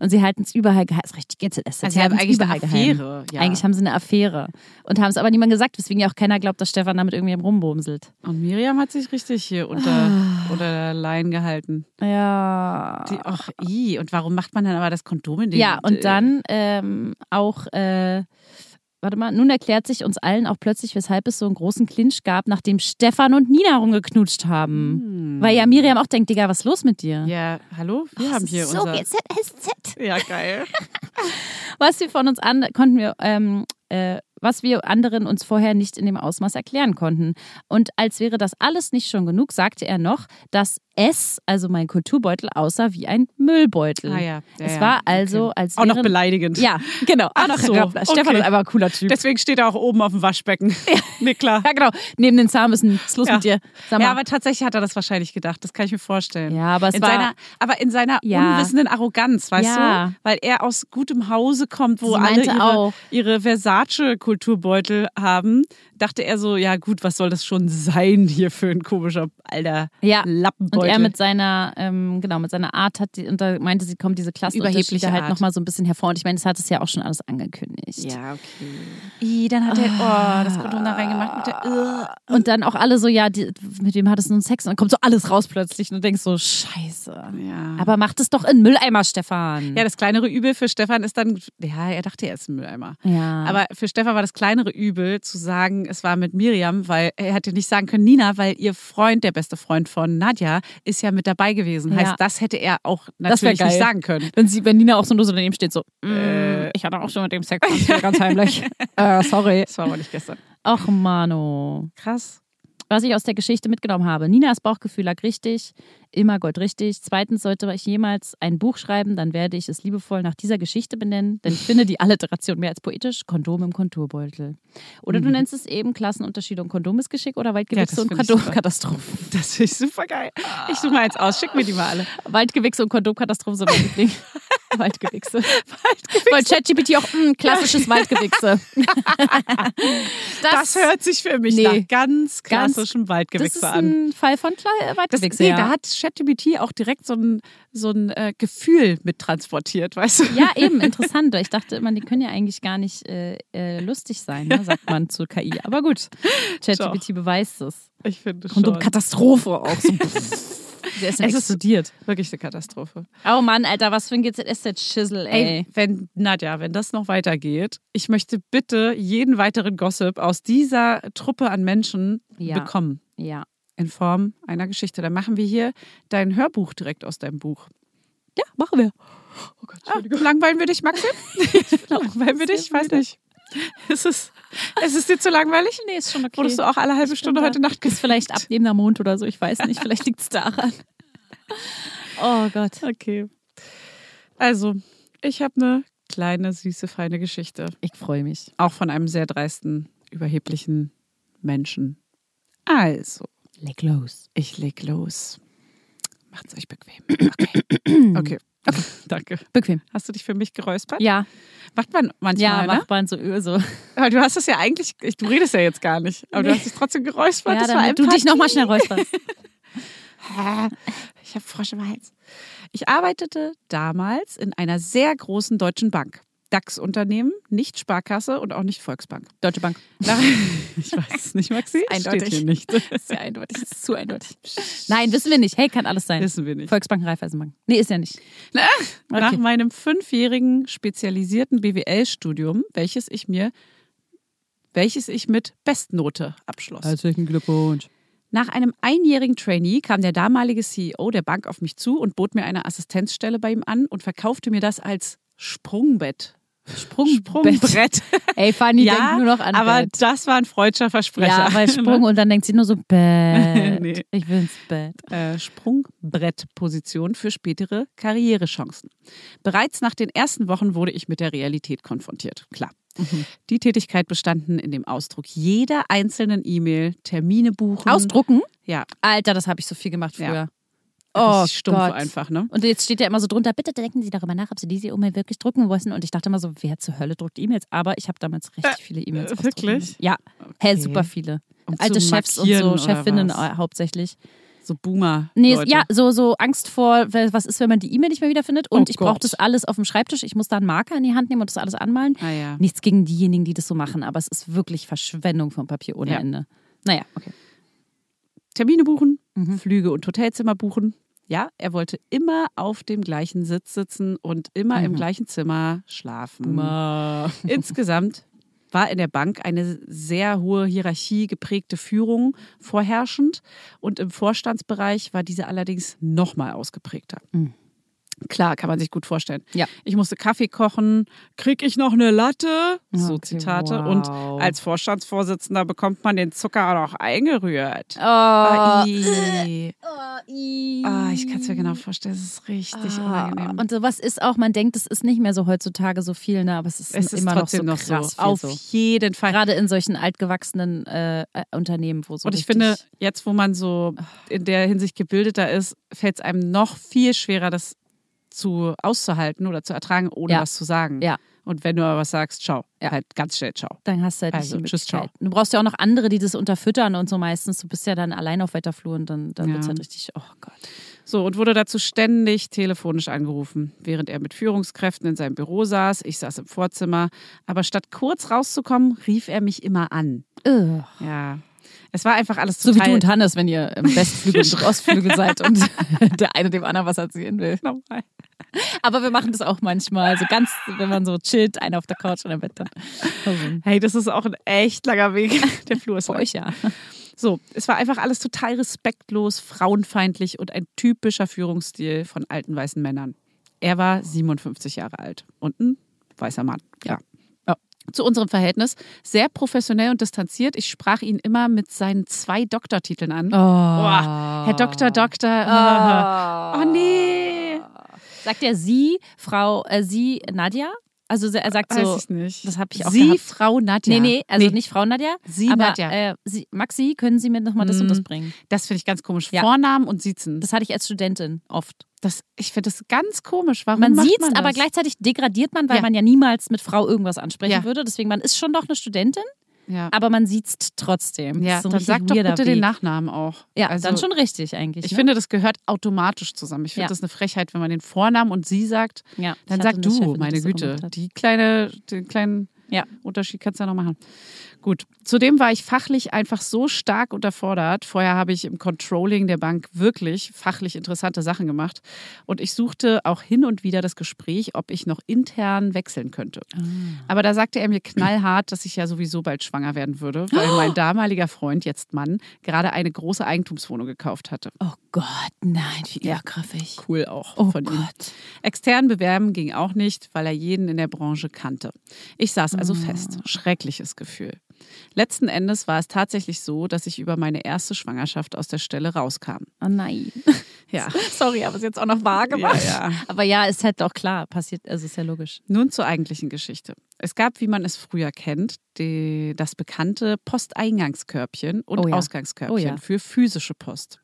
Und sie halten es überall geheim. Das ist richtig GZS. Also sie haben halten's eigentlich eine überall geheim. Affäre. Ja. Eigentlich haben sie eine Affäre. Und haben es aber niemand gesagt, weswegen ja auch keiner glaubt, dass Stefan damit irgendwem rumbumselt. Und Miriam hat sich richtig hier Ah. unter, unter der Leine gehalten. Ja. Die, ach, i. Und warum macht man dann aber das Kondom in den äh, ja, und dann ähm, auch, äh, warte mal, nun erklärt sich uns allen auch plötzlich, weshalb es so einen großen Clinch gab, nachdem Stefan und Nina rumgeknutscht haben. Weil ja Miriam auch denkt, Digga, was ist los mit dir? Hm. Ja, hallo? Wir Ach, haben hier so unser. GZSZ. Ja, geil. was wir von uns an konnten wir ähm, äh, was wir anderen uns vorher nicht in dem Ausmaß erklären konnten. Und als wäre das alles nicht schon genug, sagte er noch, dass es, also mein Kulturbeutel, aussah wie ein Müllbeutel. Ah ja, ja, es ja. war also, Okay. als Auch wäre, noch beleidigend. Ja, genau. Auch Ach noch so, Raffler. Stefan okay. ist einfach ein cooler Typ. Deswegen steht er auch oben auf dem Waschbecken. nee, klar. ja, genau. Neben den Zahnbissen. Was ist los Ja. mit dir? Sag mal. Ja, aber tatsächlich hat er das wahrscheinlich gedacht. Das kann ich mir vorstellen. Ja, aber es in war- seiner, aber in seiner Ja. unwissenden Arroganz, weißt Ja. du? Weil er aus gutem Hause kommt, wo Sie alle meinte ihre, auch. ihre Versace-Kulturbeutel haben, dachte er so, ja gut, was soll das schon sein hier für ein komischer alter Ja. Lappenbeutel? und er mit seiner, ähm, genau, mit seiner Art hat, die, und da meinte sie, kommt diese Klassenunterschiede Überhebliche halt Art. nochmal so ein bisschen hervor. Und ich meine, das hat es ja auch schon alles angekündigt. ja, okay. I, dann hat er oh, das Ah. Kondom da reingemacht mit der. äh. Und dann auch alle so, ja, die, mit wem hattest du nun Sex? Und dann kommt so alles raus plötzlich und du denkst so, scheiße. Ja. Aber mach das doch in den Mülleimer, Stefan. Ja, das kleinere Übel für Stefan ist dann, ja, er dachte, er ist ein Mülleimer. Ja. Aber für Stefan war das kleinere Übel zu sagen, es war mit Miriam, weil er hätte nicht sagen können, Nina, weil ihr Freund, der beste Freund von Nadja, ist ja mit dabei gewesen. Ja. Heißt, das hätte er auch Das wär natürlich geil. nicht sagen können. wenn, sie, wenn Nina auch so nur so daneben steht, so, mm, ich hatte auch schon mit dem Sex, das war ganz heimlich. äh, sorry. Das war aber nicht gestern. Ach, Mano. Krass. Was ich aus der Geschichte mitgenommen habe. Ninas Bauchgefühl lag richtig, immer Gold richtig. Zweitens, sollte ich jemals ein Buch schreiben, dann werde ich es liebevoll nach dieser Geschichte benennen, denn ich finde die Alliteration mehr als poetisch. Kondom im Konturbeutel. Oder du nennst es eben Klassenunterschiede und Kondom ist Geschick oder Waldgewichse Mhm. Ja, das und finde ich Kondomkatastrophen. Das finde ich super geil. Ah. Ich suche mal eins aus. Schick mir die mal alle. Waldgewichse und Kondomkatastrophen sind mein Liebling. Waldgewichse. Weil ChatGPT auch mm, klassisches Waldgewichse. Das, hört sich für mich Nee. nach ganz Ganz- klassischem das ist Waldgewichse an. ein Fall von Kle- äh, Das, Waldgewichse. nee, ja. da hat ChatGPT auch direkt so ein, so ein äh, Gefühl mit transportiert, weißt du? Ja, eben, interessant. Ich dachte immer, die können ja eigentlich gar nicht äh, äh, lustig sein, ne, sagt man zu KI. Aber gut, ChatGPT beweist es. Ich finde schon. Kondomkatastrophe auch so. Der ist ja Es ist- explodiert. Wirklich eine Katastrophe. Oh Mann, Alter, was für ein GZSZ-Schissel, ey. Ey, wenn, Nadja, wenn das noch weitergeht, ich möchte bitte jeden weiteren Gossip aus dieser Truppe an Menschen Ja. bekommen. Ja. In Form einer Geschichte. Dann machen wir hier dein Hörbuch direkt aus deinem Buch. Ja, machen wir. Ah, langweilen wir dich, Maxim? langweilen wir dich? Weiß nicht. Ist es, ist es dir zu langweilig? Nee, ist schon okay. Wurdest du auch alle halbe Stunde heute Nacht ist vielleicht abnehmender Mond oder so, ich weiß nicht. Vielleicht liegt es daran. Oh Gott. Okay. Also, ich habe eine kleine, süße, feine Geschichte. Ich freue mich. Auch von einem sehr dreisten, überheblichen Menschen. Also, Leg los. ich leg los. Macht's euch bequem. Okay. okay. okay. Danke. Bequem. Hast du dich für mich geräuspert? Ja, Macht man ja, manchmal, ne? macht man so, so. Aber du hast es ja eigentlich, ich- du redest ja jetzt gar nicht, aber du hast dich trotzdem geräuspert. Ja, das war damit du dich Empathie. nochmal schnell räusperst. Hä? Ich habe Frosch im Hals. Ich arbeitete damals in einer sehr großen deutschen Bank. DAX-Unternehmen, nicht Sparkasse und auch nicht Volksbank. Deutsche Bank. Nach- ich weiß es nicht, Maxi. Eindeutig. Steht hier nicht. Ist ja eindeutig. Ist zu eindeutig. Nein, wissen wir nicht. Hey, kann alles sein. Wissen wir nicht. Volksbank, Raiffeisenbank. Nee, ist ja nicht. Nach Okay. meinem fünfjährigen spezialisierten BWL-Studium, welches ich mir, welches ich mit Bestnote abschloss. Herzlichen Glückwunsch. Nach einem einjährigen Trainee kam der damalige CEO der Bank auf mich zu und bot mir eine Assistenzstelle bei ihm an und verkaufte mir das als Sprungbett. Sprung Sprungbrett. Ey, Fanny denkt nur noch an aber Bett. das war ein freudscher Versprecher. Ja, weil Sprung und dann denkt sie nur so Bett. Nee. Ich will ins Bett. äh, Sprungbrettposition für spätere Karrierechancen. Bereits nach den ersten Wochen wurde ich mit der Realität konfrontiert. Klar. Mhm. Die Tätigkeit bestanden in dem Ausdruck jeder einzelnen E-Mail, Termine buchen. Ausdrucken? Ja, Alter, das habe ich so viel gemacht Ja. früher. Oh Richtig stumpf Gott. einfach, ne? Und jetzt steht ja immer so drunter, bitte denken Sie darüber nach, ob Sie diese E-Mail wirklich drucken wollen. Und ich dachte immer so, wer zur Hölle druckt E-mails? Aber ich habe damals richtig viele E-Mails. äh, ausdrucken wirklich? müssen. Ja, hey, super viele. Um zu Alte Chefs und markieren so, oder Chefinnen was? äh, hauptsächlich. So Boomer. Nee, Leute. ja, so, so Angst vor, weil- was ist, wenn man die E-Mail nicht mehr wiederfindet. Und Oh ich brauche Gott. das alles auf dem Schreibtisch. Ich muss da einen Marker in die Hand nehmen und das alles anmalen. Ah, ja. Nichts gegen diejenigen, die das so machen, aber es ist wirklich Verschwendung von Papier ohne Ja. Ende. Naja, okay. Termine buchen, Mhm. Flüge und Hotelzimmer buchen. Ja, er wollte immer auf dem gleichen Sitz sitzen und immer Mhm. im gleichen Zimmer schlafen. Insgesamt war in der Bank eine sehr hohe Hierarchie geprägte Führung vorherrschend und im Vorstandsbereich war diese allerdings nochmal ausgeprägter. Klar, kann man sich gut vorstellen. Mhm. Ja. Ich musste Kaffee kochen, krieg ich noch eine Latte? So Okay, Zitate. wow. Und als Vorstandsvorsitzender bekommt man den Zucker noch eingerührt. Oh, Ai. Ah, oh, ich kann es mir genau vorstellen, es ist richtig unangenehm. Ah, Und sowas ist auch, man denkt, es ist nicht mehr so heutzutage so viel, ne? aber es ist, es ist immer noch so trotzdem noch krass. so. viel Auf so. jeden Fall. Gerade in solchen altgewachsenen äh, äh, Unternehmen, wo so. Und ich richtig- Ah. finde, jetzt, wo man so in der Hinsicht gebildeter ist, fällt es einem noch viel schwerer, das zu auszuhalten oder zu ertragen, ohne Ja. was zu sagen. Ja. Und wenn du aber was sagst, ciao. Ja. Halt ganz schnell, ciao. Dann hast du halt Also, nicht die tschüss, ciao. Möglichkeit. Du brauchst ja auch noch andere, die das unterfüttern und so meistens. Du bist ja dann allein auf weiter Flur und dann, dann Ja. wird es halt richtig, oh Gott. So, und wurde dazu ständig telefonisch angerufen, während er mit Führungskräften in seinem Büro saß. Ich saß im Vorzimmer. Aber statt kurz rauszukommen, rief er mich immer an. Ugh. Ja. Es war einfach alles So wie total du und Hannes, wenn ihr im Westflügel und Ostflügel seid und der eine dem anderen was erzählen will. normal. Aber wir machen das auch manchmal. So ganz, wenn man so chillt, einer auf der Couch und im Bett dann. Also, Hey, das ist auch ein echt langer Weg. Der Flur ist für lang. euch ja. So, es war einfach alles total respektlos, frauenfeindlich und ein typischer Führungsstil von alten weißen Männern. Er war 57 Jahre alt und ein weißer Mann. Klar. Ja. Zu unserem Verhältnis sehr professionell und distanziert. Ich sprach ihn immer mit seinen zwei Doktortiteln an. Boah, Ah. Herr Doktor, Doktor. äh, Oh, nee. Sagt er sie, Frau, äh, sie, Nadja? Also er sagt so, Äh, Weiß ich nicht. das habe ich auch Sie, gehabt. Frau Nadja. Nee, nee, also nicht Frau Nadja. Sie, aber, Nadja. Mhm. Äh, sie, Maxi, können Sie mir nochmal das und das bringen? Das finde ich ganz komisch. Ja. Vornamen und Siezen. Das, Das hatte ich als Studentin oft. das, ich finde das ganz komisch. Warum Man macht sieht's, man das? aber gleichzeitig degradiert man, weil Ja. man ja niemals mit Frau irgendwas ansprechen Ja. würde. Deswegen, man ist schon doch eine Studentin, Ja. aber man sieht's trotzdem. Das Ja, ist so ein dann richtig sag doch weirder bitte den Weg. Nachnamen auch. Ja, Also, dann schon richtig eigentlich. Ich ne? finde, das gehört automatisch zusammen. Ich finde Ja. das eine Frechheit, wenn man den Vornamen und sie sagt, Ja, dann ich sag hatte eine du, Chefin, die meine das so Güte. gemacht hat. Die kleine, den kleinen Ja. Unterschied kannst du ja noch machen. Gut, zudem war ich fachlich einfach so stark unterfordert. Vorher habe ich im Controlling der Bank wirklich fachlich interessante Sachen gemacht. Und ich suchte auch hin und wieder das Gespräch, ob ich noch intern wechseln könnte. Aber da sagte er mir knallhart, dass ich ja sowieso bald schwanger werden würde, weil mein damaliger Freund, jetzt Mann, gerade eine große Eigentumswohnung gekauft hatte. Oh Gott, nein, wie übergriffig. Cool auch Oh von ihm. Gott. Extern bewerben ging auch nicht, weil er jeden in der Branche kannte. Ich saß also fest. Schreckliches Gefühl. Letzten Endes war es tatsächlich so, dass ich über meine erste Schwangerschaft aus der Stelle rauskam. Oh nein. Ja. Sorry, aber es jetzt auch noch wahr gemacht. Ja, ja. Aber ja, ist halt auch klar, passiert, also ist ja logisch. Nun zur eigentlichen Geschichte. Es gab, wie man es früher kennt, die, das bekannte Posteingangskörbchen und Oh ja. Ausgangskörbchen Oh ja. für physische Post.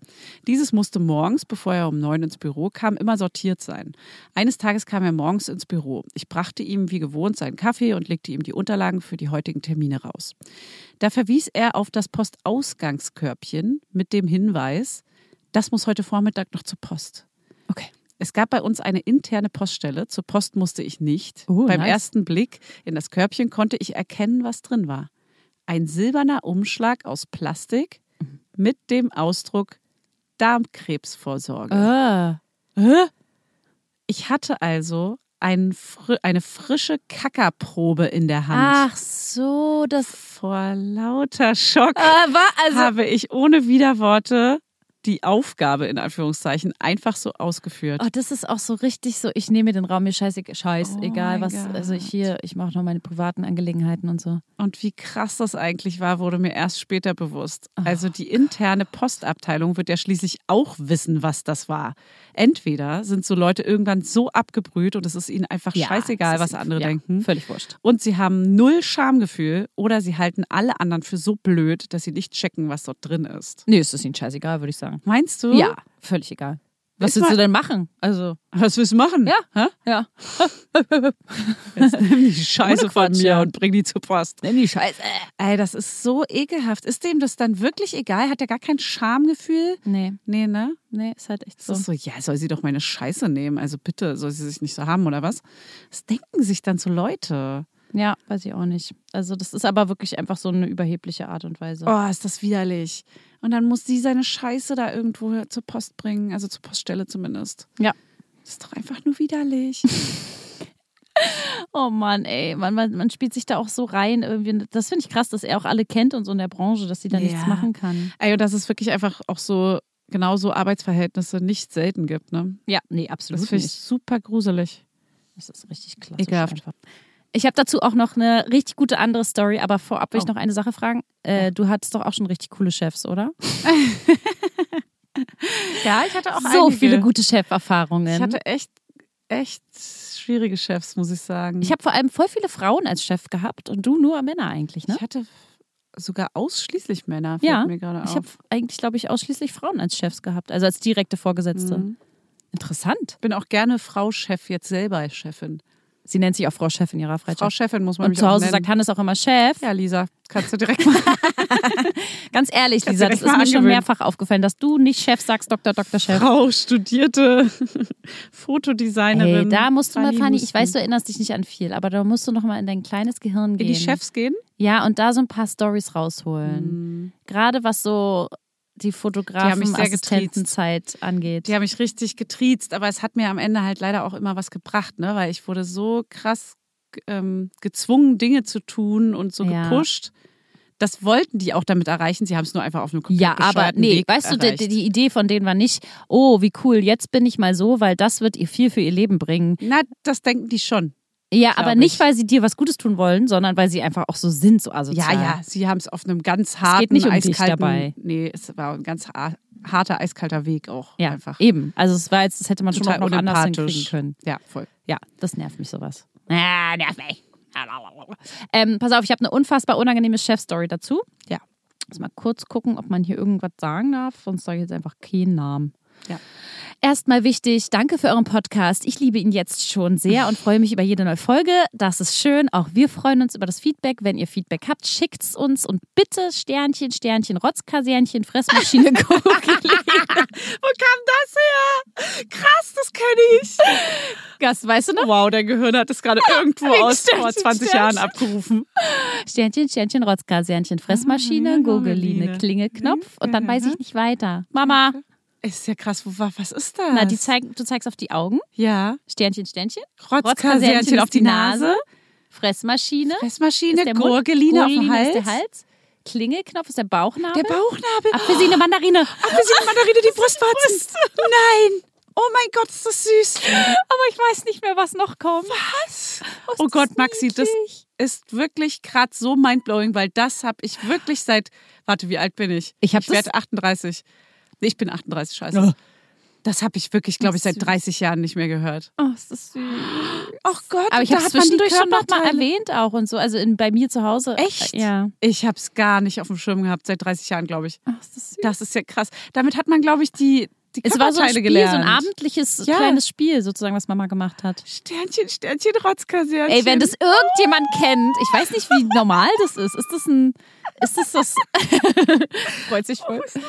Dieses musste morgens, bevor er um neun ins Büro kam, immer sortiert sein. Eines Tages kam er morgens ins Büro. Ich brachte ihm wie gewohnt seinen Kaffee und legte ihm die Unterlagen für die heutigen Termine raus. Da verwies er auf das Postausgangskörbchen mit dem Hinweis, das muss heute Vormittag noch zur Post. Okay. Es gab bei uns eine interne Poststelle. Zur Post musste ich nicht. Oh, Beim nice. ersten Blick in das Körbchen konnte ich erkennen, was drin war. Ein silberner Umschlag aus Plastik Mhm. mit dem Ausdruck Darmkrebsvorsorge. Äh. Ich hatte also einen fri eine frische Kackerprobe in der Hand. Ach so, das Vor lauter Schock äh, war Ah. also. habe ich ohne Widerworte die Aufgabe in Anführungszeichen einfach so ausgeführt. Oh, das ist auch so richtig so, ich nehme den Raum mir scheiße, scheiß, Oh egal mein was, Gott. also ich hier, ich mache noch meine privaten Angelegenheiten und so. Und wie krass das eigentlich war, wurde mir erst später bewusst. Also die interne Postabteilung wird ja schließlich auch wissen, was das war. Entweder sind so Leute irgendwann so abgebrüht und es ist ihnen einfach scheißegal, es was ist- andere ja, denken. Völlig wurscht. Und sie haben null Schamgefühl oder sie halten alle anderen für so blöd, dass sie nicht checken, was dort drin ist. Nee, es ist ihnen scheißegal, würde ich sagen. Meinst du? Ja, völlig egal. Was Ist willst mal- du denn machen? Also, Was willst du machen? Ja. Hä? ja. Jetzt nimm die Scheiße Ohne von Quatsch, mir ja. und bring die zu Post. Nenn die Scheiße. Ey, das ist so ekelhaft. Ist dem das dann wirklich egal? Hat er gar kein Schamgefühl? Nee, Nee, ne? nee, ist halt echt So. so. Das ist so, ja, soll sie doch meine Scheiße nehmen. Also bitte, soll sie sich nicht so haben oder was? Was denken sich dann so Leute? Ja, weiß ich auch nicht. Also, das ist aber wirklich einfach so eine überhebliche Art und Weise. Oh, ist das widerlich. Und dann muss sie seine Scheiße da irgendwo zur Post bringen, also zur Poststelle zumindest. Ja. Das ist doch einfach nur widerlich. Oh Mann, ey, man, man, man spielt sich da auch so rein irgendwie. Das finde ich krass, dass er auch alle kennt und so in der Branche, dass sie da Ja. nichts machen kann. Ey, und dass es wirklich einfach auch so, genau so Arbeitsverhältnisse nicht selten gibt, ne? Ja, nee, Das absolut finde ich nicht. super gruselig. Das ist richtig klassisch Ekelhaft. einfach. Ich habe dazu auch noch eine richtig gute andere Story, aber vorab will ich Oh. noch eine Sache fragen. Äh, Du hattest doch auch schon richtig coole Chefs, oder? Ja, ich hatte auch so viele gute Cheferfahrungen. Ich hatte echt, echt schwierige Chefs, muss ich sagen. Ich habe vor allem voll viele Frauen als Chef gehabt und du nur Männer eigentlich, ne? Ich hatte sogar ausschließlich Männer, fällt Ja, mir gerade Ich habe auf. eigentlich, glaube ich, ausschließlich Frauen als Chefs gehabt, also als direkte Vorgesetzte. Mhm. Interessant. bin auch gerne Frau Chef, jetzt selber Chefin. Sie nennt sich auch Frau Chef in ihrer Frau Freizeit. Chefin muss man Und mich zu auch Hause nennen. sagt Hannes auch immer Chef. ja, Lisa, kannst du direkt mal. Ganz ehrlich, Kannst Lisa, dir das direkt ist mir mal schon angewöhnen. mehrfach aufgefallen, dass du nicht Chef sagst, Dr. Dr. Chef. Frau studierte Hey, Fotodesignerin. da musst du mal, Fanny, ich Husten. weiß, du erinnerst dich nicht an viel, aber da musst du noch mal in dein kleines Gehirn In gehen. die Chefs gehen? Ja, und da so ein paar Stories rausholen. Gerade was so die mich sehr Fotografen-Assistentenzeit angeht. Die haben mich richtig getriezt, aber es hat mir am Ende halt leider auch immer was gebracht, ne? weil ich wurde so krass ähm, gezwungen, Dinge zu tun und so Ja. gepusht. Das wollten die auch damit erreichen. Sie haben es nur einfach auf einem komplett Ja, aber bescheuerten nee, Weg weißt du, die, erreicht. die die Idee von denen war nicht, oh, wie cool, jetzt bin ich mal so, weil das wird ihr viel für ihr Leben bringen. Na, das denken die schon. Ja, Glaub aber nicht, ich. weil sie dir was Gutes tun wollen, sondern weil sie einfach auch so sind, so Ja, asozial. ja, sie haben es auf einem ganz harten, nicht um dich eiskalten, dabei. Nee, es war ein ganz har- harter, eiskalter Weg auch Ja, einfach. eben. Also es war jetzt, das hätte man schon auch Total noch anders unempathisch. hinkriegen können. Ja, voll. Ja, das nervt mich sowas. Ah, nervt mich. Ähm, pass auf, ich habe eine unfassbar unangenehme Chefstory dazu. Ja. Muss mal kurz gucken, ob man hier irgendwas sagen darf, sonst sage ich jetzt einfach keinen Namen. Ja. Erstmal wichtig, danke für euren Podcast. Ich liebe ihn jetzt schon sehr und freue mich über jede neue Folge. Das ist schön. Auch wir freuen uns über das Feedback. Wenn ihr Feedback habt, schickt's uns und bitte Sternchen, Sternchen, Rotzkasernchen, Fressmaschine, Kugeln. Wo kam das her? Krass, das kenne ich. Das weißt du noch? Wow, dein Gehirn hat es gerade irgendwo Wegen aus vor Sternchen, 20 Jahren abgerufen. Sternchen, Sternchen, Rotzkasernchen, Fressmaschine, Mhm, Gurgeline, Gurgeline. Mhm. Klingelknopf und dann weiß ich nicht weiter. Mama, Ist ja krass, wo, wa- was ist das? na, die zeig, du zeigst auf die Augen. Ja. Sternchen, Sternchen. Rotzkasernchen auf ist die Nase. Fressmaschine. Fressmaschine, ist der Mund, Gurgeline auf dem Gurgeline Hals. Ist der Hals. Klingelknopf ist der Bauchnabel. Der Bauchnabel. Apfelsine, Mandarine. Apfelsine, Mandarine, die Brustwarzen. Nein. Oh mein Gott, ist das süß. Aber ich weiß nicht mehr, was noch kommt. Was? Oh Gott, Maxi, das ist wirklich gerade so mindblowing, weil das habe ich wirklich seit. Warte, wie alt bin ich? Ich hab ich das- werde 38. Nee, ich bin 38, scheiße. Ja. Das habe ich wirklich, glaube ich, seit Süß. 30 Jahren nicht mehr gehört. Oh, ist das süß. Oh Gott, Aber ich und habe da es hat man die zwischendurch schon nochmal Körperteile. erwähnt auch und so. Also in, bei mir zu Hause. Echt? Ja. Ich habe es gar nicht auf dem Schirm gehabt, seit 30 Jahren, glaube ich. Ach, ist das süß. Das ist ja krass. Damit hat man, glaube ich, die, die Es war so ein Körperteile Spiel, gelernt. so ein abendliches Ja. kleines Spiel sozusagen, was Mama gemacht hat. Sternchen, Sternchen, Rotzkasernchen. Ey, wenn das irgendjemand kennt, ich weiß nicht, wie normal das ist. Ist das ein, ist das das? Freut sich voll.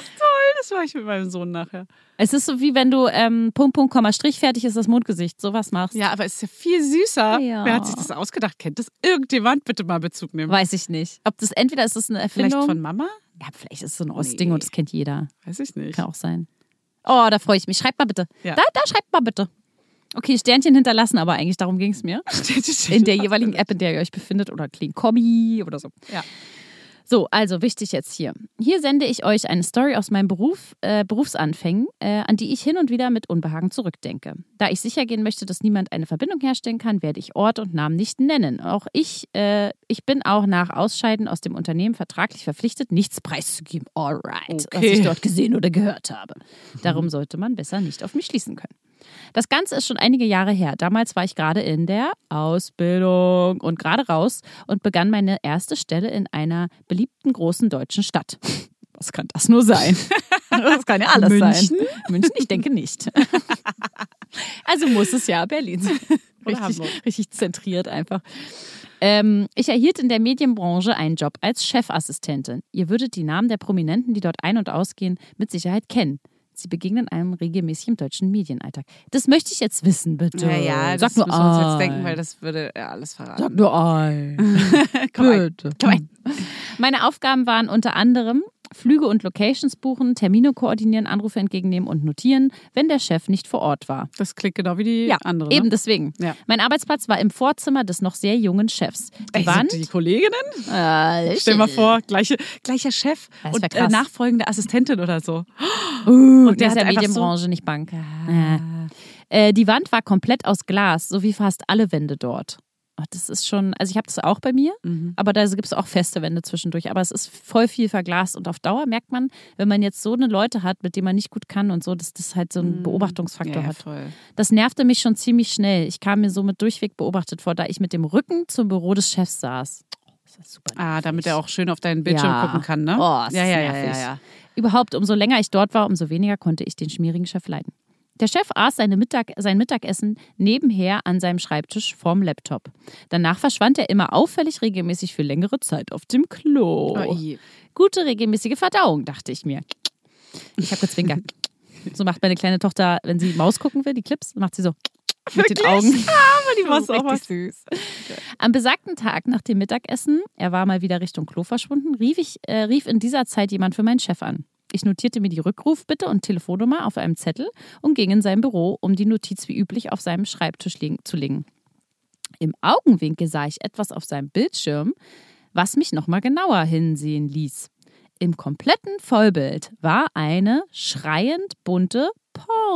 Das war ich mit meinem Sohn nachher. Es ist so wie wenn du ähm, Punkt, Punkt, Komma, Strich, fertig ist das Mondgesicht, sowas machst. Ja, aber es ist ja viel süßer. Ja. Wer hat sich das ausgedacht? Kennt das irgendjemand? Bitte mal Bezug nehmen. Weiß ich nicht. Ob das entweder ist das eine Vielleicht Erfindung. von Mama? ja, vielleicht ist es so ein Ostding Nee. und das kennt jeder. Weiß ich nicht. Kann auch sein. Oh, da freue ich mich. Schreibt mal bitte. Ja. Da, da schreibt mal bitte. Okay, Sternchen hinterlassen, aber eigentlich darum ging es mir. Sternchen, In der jeweiligen App, in der ihr euch befindet oder Clean Kommi oder so. Ja. So, also wichtig jetzt hier. Hier sende ich euch eine Story aus meinem Beruf, äh, Berufsanfängen, äh, an die ich hin und wieder mit Unbehagen zurückdenke. Da ich sicher gehen möchte, dass niemand eine Verbindung herstellen kann, werde ich Ort und Namen nicht nennen. Auch ich, äh, ich bin auch nach Ausscheiden aus dem Unternehmen vertraglich verpflichtet, nichts preiszugeben. Alright, was Okay. ich dort gesehen oder gehört habe. Darum sollte man besser nicht auf mich schließen können. Das Ganze ist schon einige Jahre her. Damals war ich gerade in der Ausbildung und gerade raus und begann meine erste Stelle in einer beliebten großen deutschen Stadt. Was kann das nur sein? Das kann ja alles München? sein. München? Ich denke nicht. Also muss es ja Berlin sein. Oder Richtig, Hamburg. richtig zentriert einfach. Ähm, ich erhielt in der Medienbranche einen Job als Chefassistentin. Ihr würdet die Namen der Prominenten, die dort ein- und ausgehen, mit Sicherheit kennen. Sie begegnen einem regelmäßig im deutschen Medienalltag. Das möchte ich jetzt wissen, bitte. Naja, Äh, Sag das nur müssen wir uns ein. jetzt denken, weil das würde ja alles verraten. Sag nur ein. Komm, ein- komm, ein. Meine Aufgaben waren unter anderem Flüge und Locations buchen, Termine koordinieren, Anrufe entgegennehmen und notieren, wenn der Chef nicht vor Ort war. Das klingt genau wie die Ja, andere. eben Ne? deswegen. Ja. Mein Arbeitsplatz war im Vorzimmer des noch sehr jungen Chefs. Die Ey, Wand. sind die Kolleginnen? Äh, Stell mal vor, gleiche, gleicher Chef Das wär und äh, krass. nachfolgende Assistentin oder so. und der der ist hat ja einfach Medienbranche, nicht Bank. Äh, die Wand war komplett aus Glas, so wie fast alle Wände dort. Oh, das ist schon, also ich habe das auch bei mir, Mhm. aber da gibt es auch feste Wände zwischendurch. Aber es ist voll viel verglast und auf Dauer merkt man, wenn man jetzt so eine Leute hat, mit denen man nicht gut kann und so, dass das halt so einen Beobachtungsfaktor Mhm. ja, hat. voll. Das nervte mich schon ziemlich schnell. Ich kam mir somit durchweg beobachtet vor, da ich mit dem Rücken zum Büro des Chefs saß. Oh, das ist super Ah, damit nervig. er auch schön auf deinen Bildschirm Ja. gucken kann, ne? Oh, ist ja, ja, ja, nervig. ja, ja. Überhaupt, umso länger ich dort war, umso weniger konnte ich den schmierigen Chef leiden. Der Chef aß seine Mittag, sein Mittagessen nebenher an seinem Schreibtisch vorm Laptop. Danach verschwand er immer auffällig regelmäßig für längere Zeit auf dem Klo. Oh, i. Gute regelmäßige Verdauung, dachte ich mir. Ich habe gezwinkert. So macht meine kleine Tochter, wenn sie Maus gucken will, die Clips, macht sie so mit den Wirklich? Augen. Aber die Das Maus ist ist auch was. richtig süß. Am besagten Tag nach dem Mittagessen, er war mal wieder Richtung Klo verschwunden, rief, ich, äh, rief in dieser Zeit jemand für meinen Chef an. Ich notierte mir die Rückrufbitte und Telefonnummer auf einem Zettel und ging in sein Büro, um die Notiz wie üblich auf seinem Schreibtisch liegen, zu legen. Im Augenwinkel sah ich etwas auf seinem Bildschirm, was mich nochmal genauer hinsehen ließ. Im kompletten Vollbild war eine schreiend bunte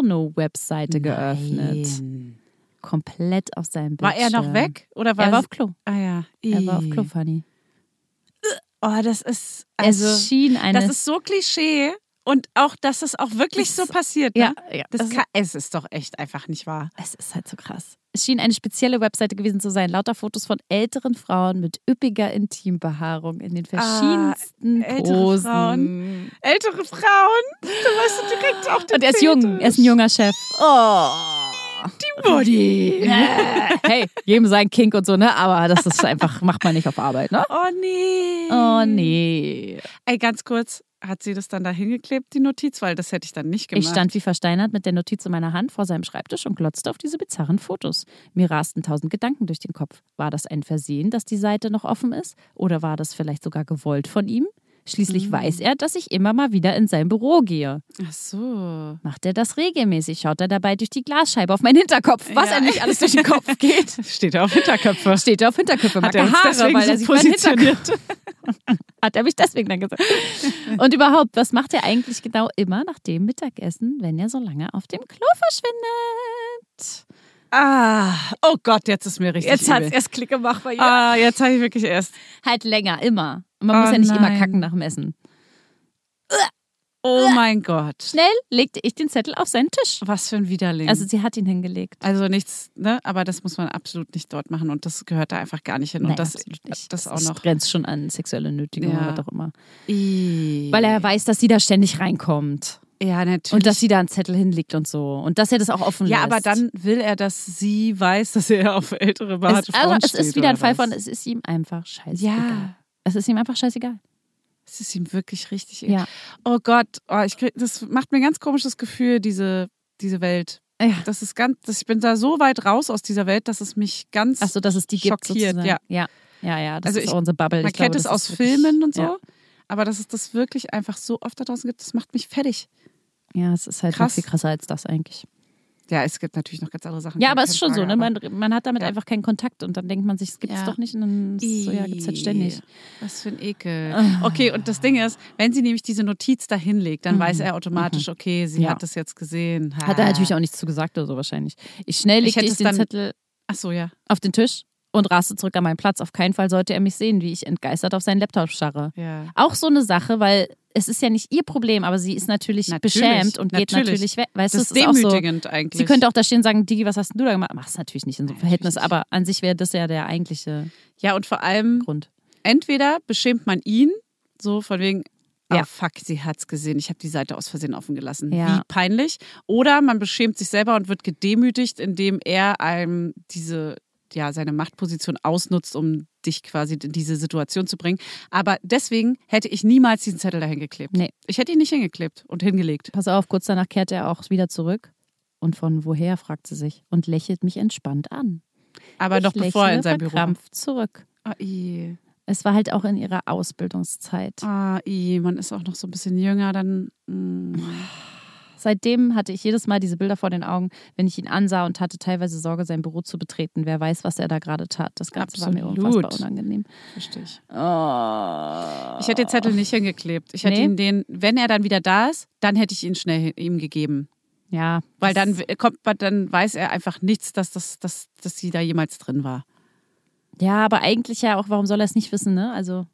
Porno-Webseite geöffnet. Nein. Komplett auf seinem War Bildschirm. er noch weg? Oder war Er war sie- auf Klo. Ah ja. Er war auf I. Klo, Fanny. Oh, das ist. Also, es schien eine. das ist so Klischee. Und auch, dass es auch wirklich so Das- passiert. Ne? ja, ja also Das es, kann, es ist doch echt einfach nicht wahr. es ist halt so krass. Es schien eine spezielle Webseite gewesen zu sein. Lauter Fotos von älteren Frauen mit üppiger Intimbehaarung in den verschiedensten ältere Posen. Frauen. Ältere Frauen, du weißt du direkt auf den Und er ist jung. Er ist ein junger Chef. Oh. Body. hey, jedem sein Kink und so, ne? Aber das ist einfach, macht man nicht auf Arbeit, ne? Oh nee. Oh nee. Ey, ganz kurz, hat sie das dann da hingeklebt, die Notiz? Weil das hätte ich dann nicht gemacht. Ich stand wie versteinert mit der Notiz in meiner Hand vor seinem Schreibtisch und glotzte auf diese bizarren Fotos. Mir rasten tausend Gedanken durch den Kopf. War das ein Versehen, dass die Seite noch offen ist? Oder war das vielleicht sogar gewollt von ihm? Mhm. Schließlich weiß er, dass ich immer mal wieder in sein Büro gehe. Ach so. Macht er das regelmäßig? Schaut er dabei durch die Glasscheibe auf meinen Hinterkopf? Was Ja. er nicht alles durch den Kopf geht? Steht auf Hinterköpfe. Steht er auf Hinterköpfe, mag Hat er er uns Haare, deswegen weil er so sich meinen Hinterkopf positioniert? hat er mich deswegen dann gesagt. Und überhaupt, was macht er eigentlich genau immer nach dem Mittagessen, wenn er so lange auf dem Klo verschwindet? Ah, oh Gott, jetzt ist mir richtig übel. erst Klick gemacht bei Ah, jetzt habe ich wirklich erst. Halt länger, immer. Und Man Oh muss ja nicht immer nein. kacken nach dem Essen. Oh mein Gott. Schnell legte ich den Zettel auf seinen Tisch. Was für ein Widerling. Also sie hat ihn hingelegt. Also nichts, ne? Aber das muss man absolut nicht dort machen und das gehört da einfach gar nicht hin. Und Nein, das, absolut nicht. das auch ist- noch. grenzt schon an sexuelle Nötigung Ja. oder was auch immer. Weil Weil er weiß, dass sie da ständig reinkommt. ja natürlich. Und dass sie da einen Zettel hinlegt und so. Und dass er das auch offen ja, lässt. aber dann will er, dass sie weiß, dass er auf ältere Es, Warte also, es steht, ist wieder ein oder Fall was? von, es ist ihm einfach scheißegal. Ja, Es ist ihm einfach scheißegal. es ist ihm wirklich richtig. Ja. Oh Gott, oh, ich krieg, das macht mir ein ganz komisches Gefühl, diese, diese Welt. Ja. Das ist ganz, das, ich bin da so weit raus aus dieser Welt, dass es mich ganz. Ach so, dass es die gibt Schockiert, sozusagen. ja. ja. Ja, ja, das Also ist ich- auch unsere Bubble. man Ich glaube, kennt es das aus ist wirklich- Filmen und so. Ja, Aber dass es das wirklich einfach so oft da draußen gibt, das macht mich fertig. ja es ist halt Krass. noch viel krasser als das eigentlich. Ja, es gibt natürlich noch ganz andere Sachen. Ja, keine- aber es ist schon keine so, Frage, ne? aber- Man, man hat damit Ja. einfach keinen Kontakt und dann denkt man sich, es gibt es Ja. doch nicht und dann ist es so, ja, gibt es halt ständig. Ah. Ih, Was für ein Ekel. Okay, und das Ding ist, wenn sie nämlich diese Notiz da hinlegt, dann weiß er automatisch, okay, sie Mhm. Ja. hat das jetzt gesehen. Ha. Hat er natürlich auch nichts zu gesagt oder so wahrscheinlich. Ich schnell legte Ah. hätte ich, es den dann- Zettel Ach so, ja. auf den Tisch und raste zurück an meinen Platz. Auf keinen Fall sollte er mich sehen, wie ich entgeistert auf seinen Laptop starre. Ja. Auch so eine Sache, weil es ist ja nicht ihr Problem, aber sie ist natürlich, Natürlich, beschämt und geht natürlich. natürlich weg. Weißt Das du, ist es ist auch so. demütigend eigentlich. Sie könnte auch da stehen und sagen, Digi, was hast denn du da gemacht? Machst natürlich nicht in so einem Nein, Verhältnis, natürlich aber an sich wäre das ja der eigentliche ja, und vor allem, Grund. entweder beschämt man ihn, so von wegen, Ja. Ah, fuck, sie hat's gesehen. Ich habe die Seite aus Versehen offen gelassen. Ja. Wie peinlich. Oder man beschämt sich selber und wird gedemütigt, indem er einem diese, ja, seine Machtposition ausnutzt, um dich quasi in diese Situation zu bringen. Aber deswegen hätte ich niemals diesen Zettel dahin geklebt. Nee. Ich hätte ihn nicht hingeklebt und hingelegt. Pass auf, kurz danach kehrt er auch wieder zurück. Und von woher, fragt sie sich und lächelt mich entspannt an. Aber ich noch bevor er lächle in sein Büro. verkrampft zurück. Ah, i. Es war halt auch in ihrer Ausbildungszeit. Ah, i. man ist auch noch so ein bisschen jünger, dann. mm. Seitdem hatte ich jedes Mal diese Bilder vor den Augen, wenn ich ihn ansah und hatte teilweise Sorge, sein Büro zu betreten. Wer weiß, was er da gerade tat. Das Ganze war mir Absolut. unfassbar unangenehm. Verstehe ich. Oh. Ich hätte den Zettel nicht hingeklebt. Ich hätte Nee. ihm den, wenn er dann wieder da ist, dann hätte ich ihn schnell ihm gegeben. Ja, Weil das- dann w- kommt, man- dann weiß er einfach nichts, dass, das, dass, dass sie da jemals drin war. Ja, aber eigentlich ja auch, warum soll er es nicht wissen, ne? Also,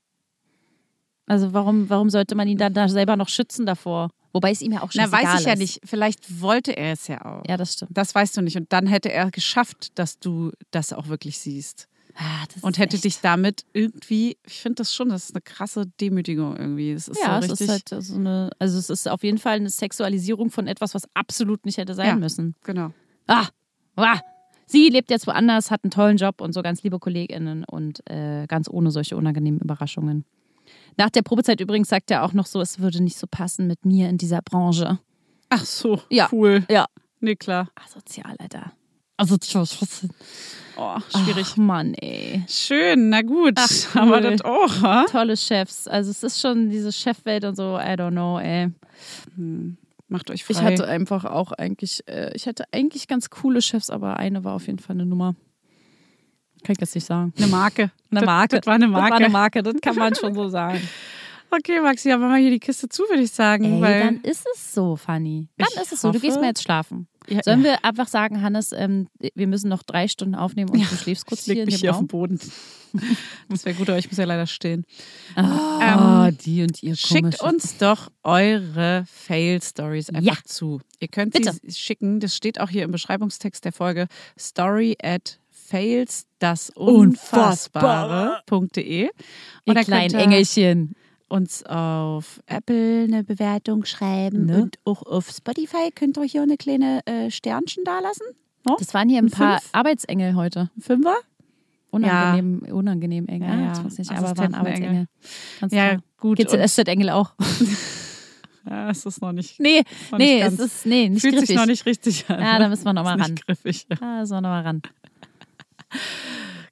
also warum, warum sollte man ihn dann da selber noch schützen davor? Wobei es ihm ja auch schon Na, weiß ich ist. ja nicht. Vielleicht wollte er es ja auch. Ja, das stimmt. Das weißt du nicht. Und dann hätte er geschafft, dass du das auch wirklich siehst. Ah, das Und ist hätte echt- dich damit irgendwie, ich finde das schon, das ist eine krasse Demütigung irgendwie. Das ist Ja, so es richtig. ist halt so eine, also es ist auf jeden Fall eine Sexualisierung von etwas, was absolut nicht hätte sein Ja. müssen. genau. Ah, ah. Sie lebt jetzt woanders, hat einen tollen Job und so ganz liebe KollegInnen und äh, ganz ohne solche unangenehmen Überraschungen. Nach der Probezeit übrigens sagt er auch noch so, es würde nicht so passen mit mir in dieser Branche. Ach so, Ja. cool. Ja. Nee, klar. Asozial, Alter. Asozial. Oh, schwierig. Ach Mann, ey. Schön, na gut. Ach, cool. Aber das auch, ha? Tolle Chefs. Also es ist schon diese Chefwelt und so, I don't know, ey. Macht euch frei. Ich hatte einfach auch eigentlich, äh, ich hatte eigentlich ganz coole Chefs, aber eine war auf jeden Fall eine Nummer. Kann ich jetzt nicht sagen. eine Marke. Eine Marke. Das, das war eine Das war Marke. eine Marke, das kann man schon so sagen. Okay, Maxi, aber mal hier die Kiste zu, würde ich sagen. Ey, weil dann ist es so, Fanny. Dann Ich ist es so. Du hoffe- gehst mal jetzt schlafen. Ja, Sollen wir einfach sagen, Hannes, ähm, wir müssen noch drei Stunden aufnehmen und du schläfst kurz ich leg hier in mich dem hier auf Raum? den Boden. Das wäre gut, aber ich muss ja leider stehen. Ah, die und ihr Schickt komische- uns doch eure Fail-Stories einfach Ja. zu. Ihr könnt Bitte. sie schicken. Das steht auch hier im Beschreibungstext der Folge. Story at fails das Unfassbare.de. Ihr kleinen Engelchen. uns auf Apple eine Bewertung schreiben Ne? und auch auf Spotify könnt ihr hier eine kleine äh, Sternchen dalassen. No? Das waren hier ein Ein paar Fünf? Arbeitsengel heute. ein Fünfer? Unangenehm, unangenehm eng. Ja, Ja, ja. ja. Nicht, aber waren Assistentenengel. Arbeitsengel. Ganz Ja, klar. gut. Geht's und- in Estet-Engel auch? ja, es ist noch nicht. Nee, noch nicht nee, es ganz. ist, nee, nicht Fühlt griffig. Ah, sich noch nicht richtig an. ja, da müssen wir ist nochmal ran. nicht griffig. ja. Da müssen wir nochmal ran.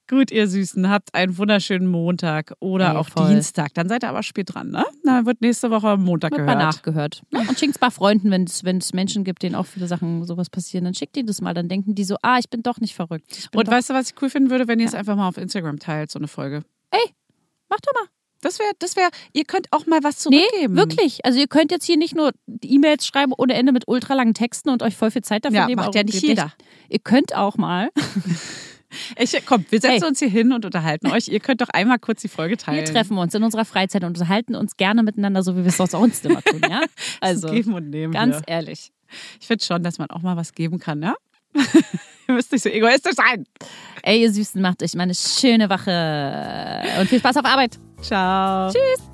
Gut, ihr Süßen, habt einen wunderschönen Montag oder Ey, auch voll. Dienstag. Dann seid ihr aber spät dran, ne? Na, wird nächste Woche Montag Wird mal gehört. nachgehört. Ne? Und schickt's mal Freunden, wenn es wenn es Menschen gibt, denen auch viele Sachen sowas passieren, dann schickt ihnen das mal. Dann denken die so, ah, ich bin doch nicht verrückt. Ich bin Und doch, weißt du, was ich cool finden würde, wenn ihr es einfach mal auf Instagram teilt, so eine Folge. mach doch mal. Das wäre, das wäre, ihr könnt auch mal was Nee, zurückgeben. wirklich. Also ihr könnt jetzt hier nicht nur E-Mails schreiben ohne Ende mit ultralangen Texten und euch voll viel Zeit dafür Ja, nehmen. macht aber ja nicht gebt jeder. echt- Ihr könnt auch mal. Ich, komm, wir setzen Hey. uns hier hin und unterhalten euch. Ihr könnt doch einmal kurz die Folge teilen. Wir treffen uns in unserer Freizeit und unterhalten uns gerne miteinander, so wie wir es auch sonst immer tun, ja? also Also, geben und nehmen. ganz hier. ehrlich. Ich finde schon, dass man auch mal was geben kann, ne? Ihr müsst nicht so egoistisch sein. Ey, ihr Süßen, macht euch mal eine schöne Wache und viel Spaß auf Arbeit. Ciao. Tschüss.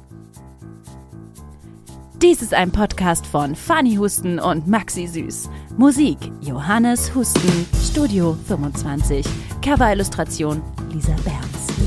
Dies ist ein Podcast von Fanny Husten und Maxi Süß. Musik Johannes Husten, Studio 25. Cover-Illustration Lisa Berns.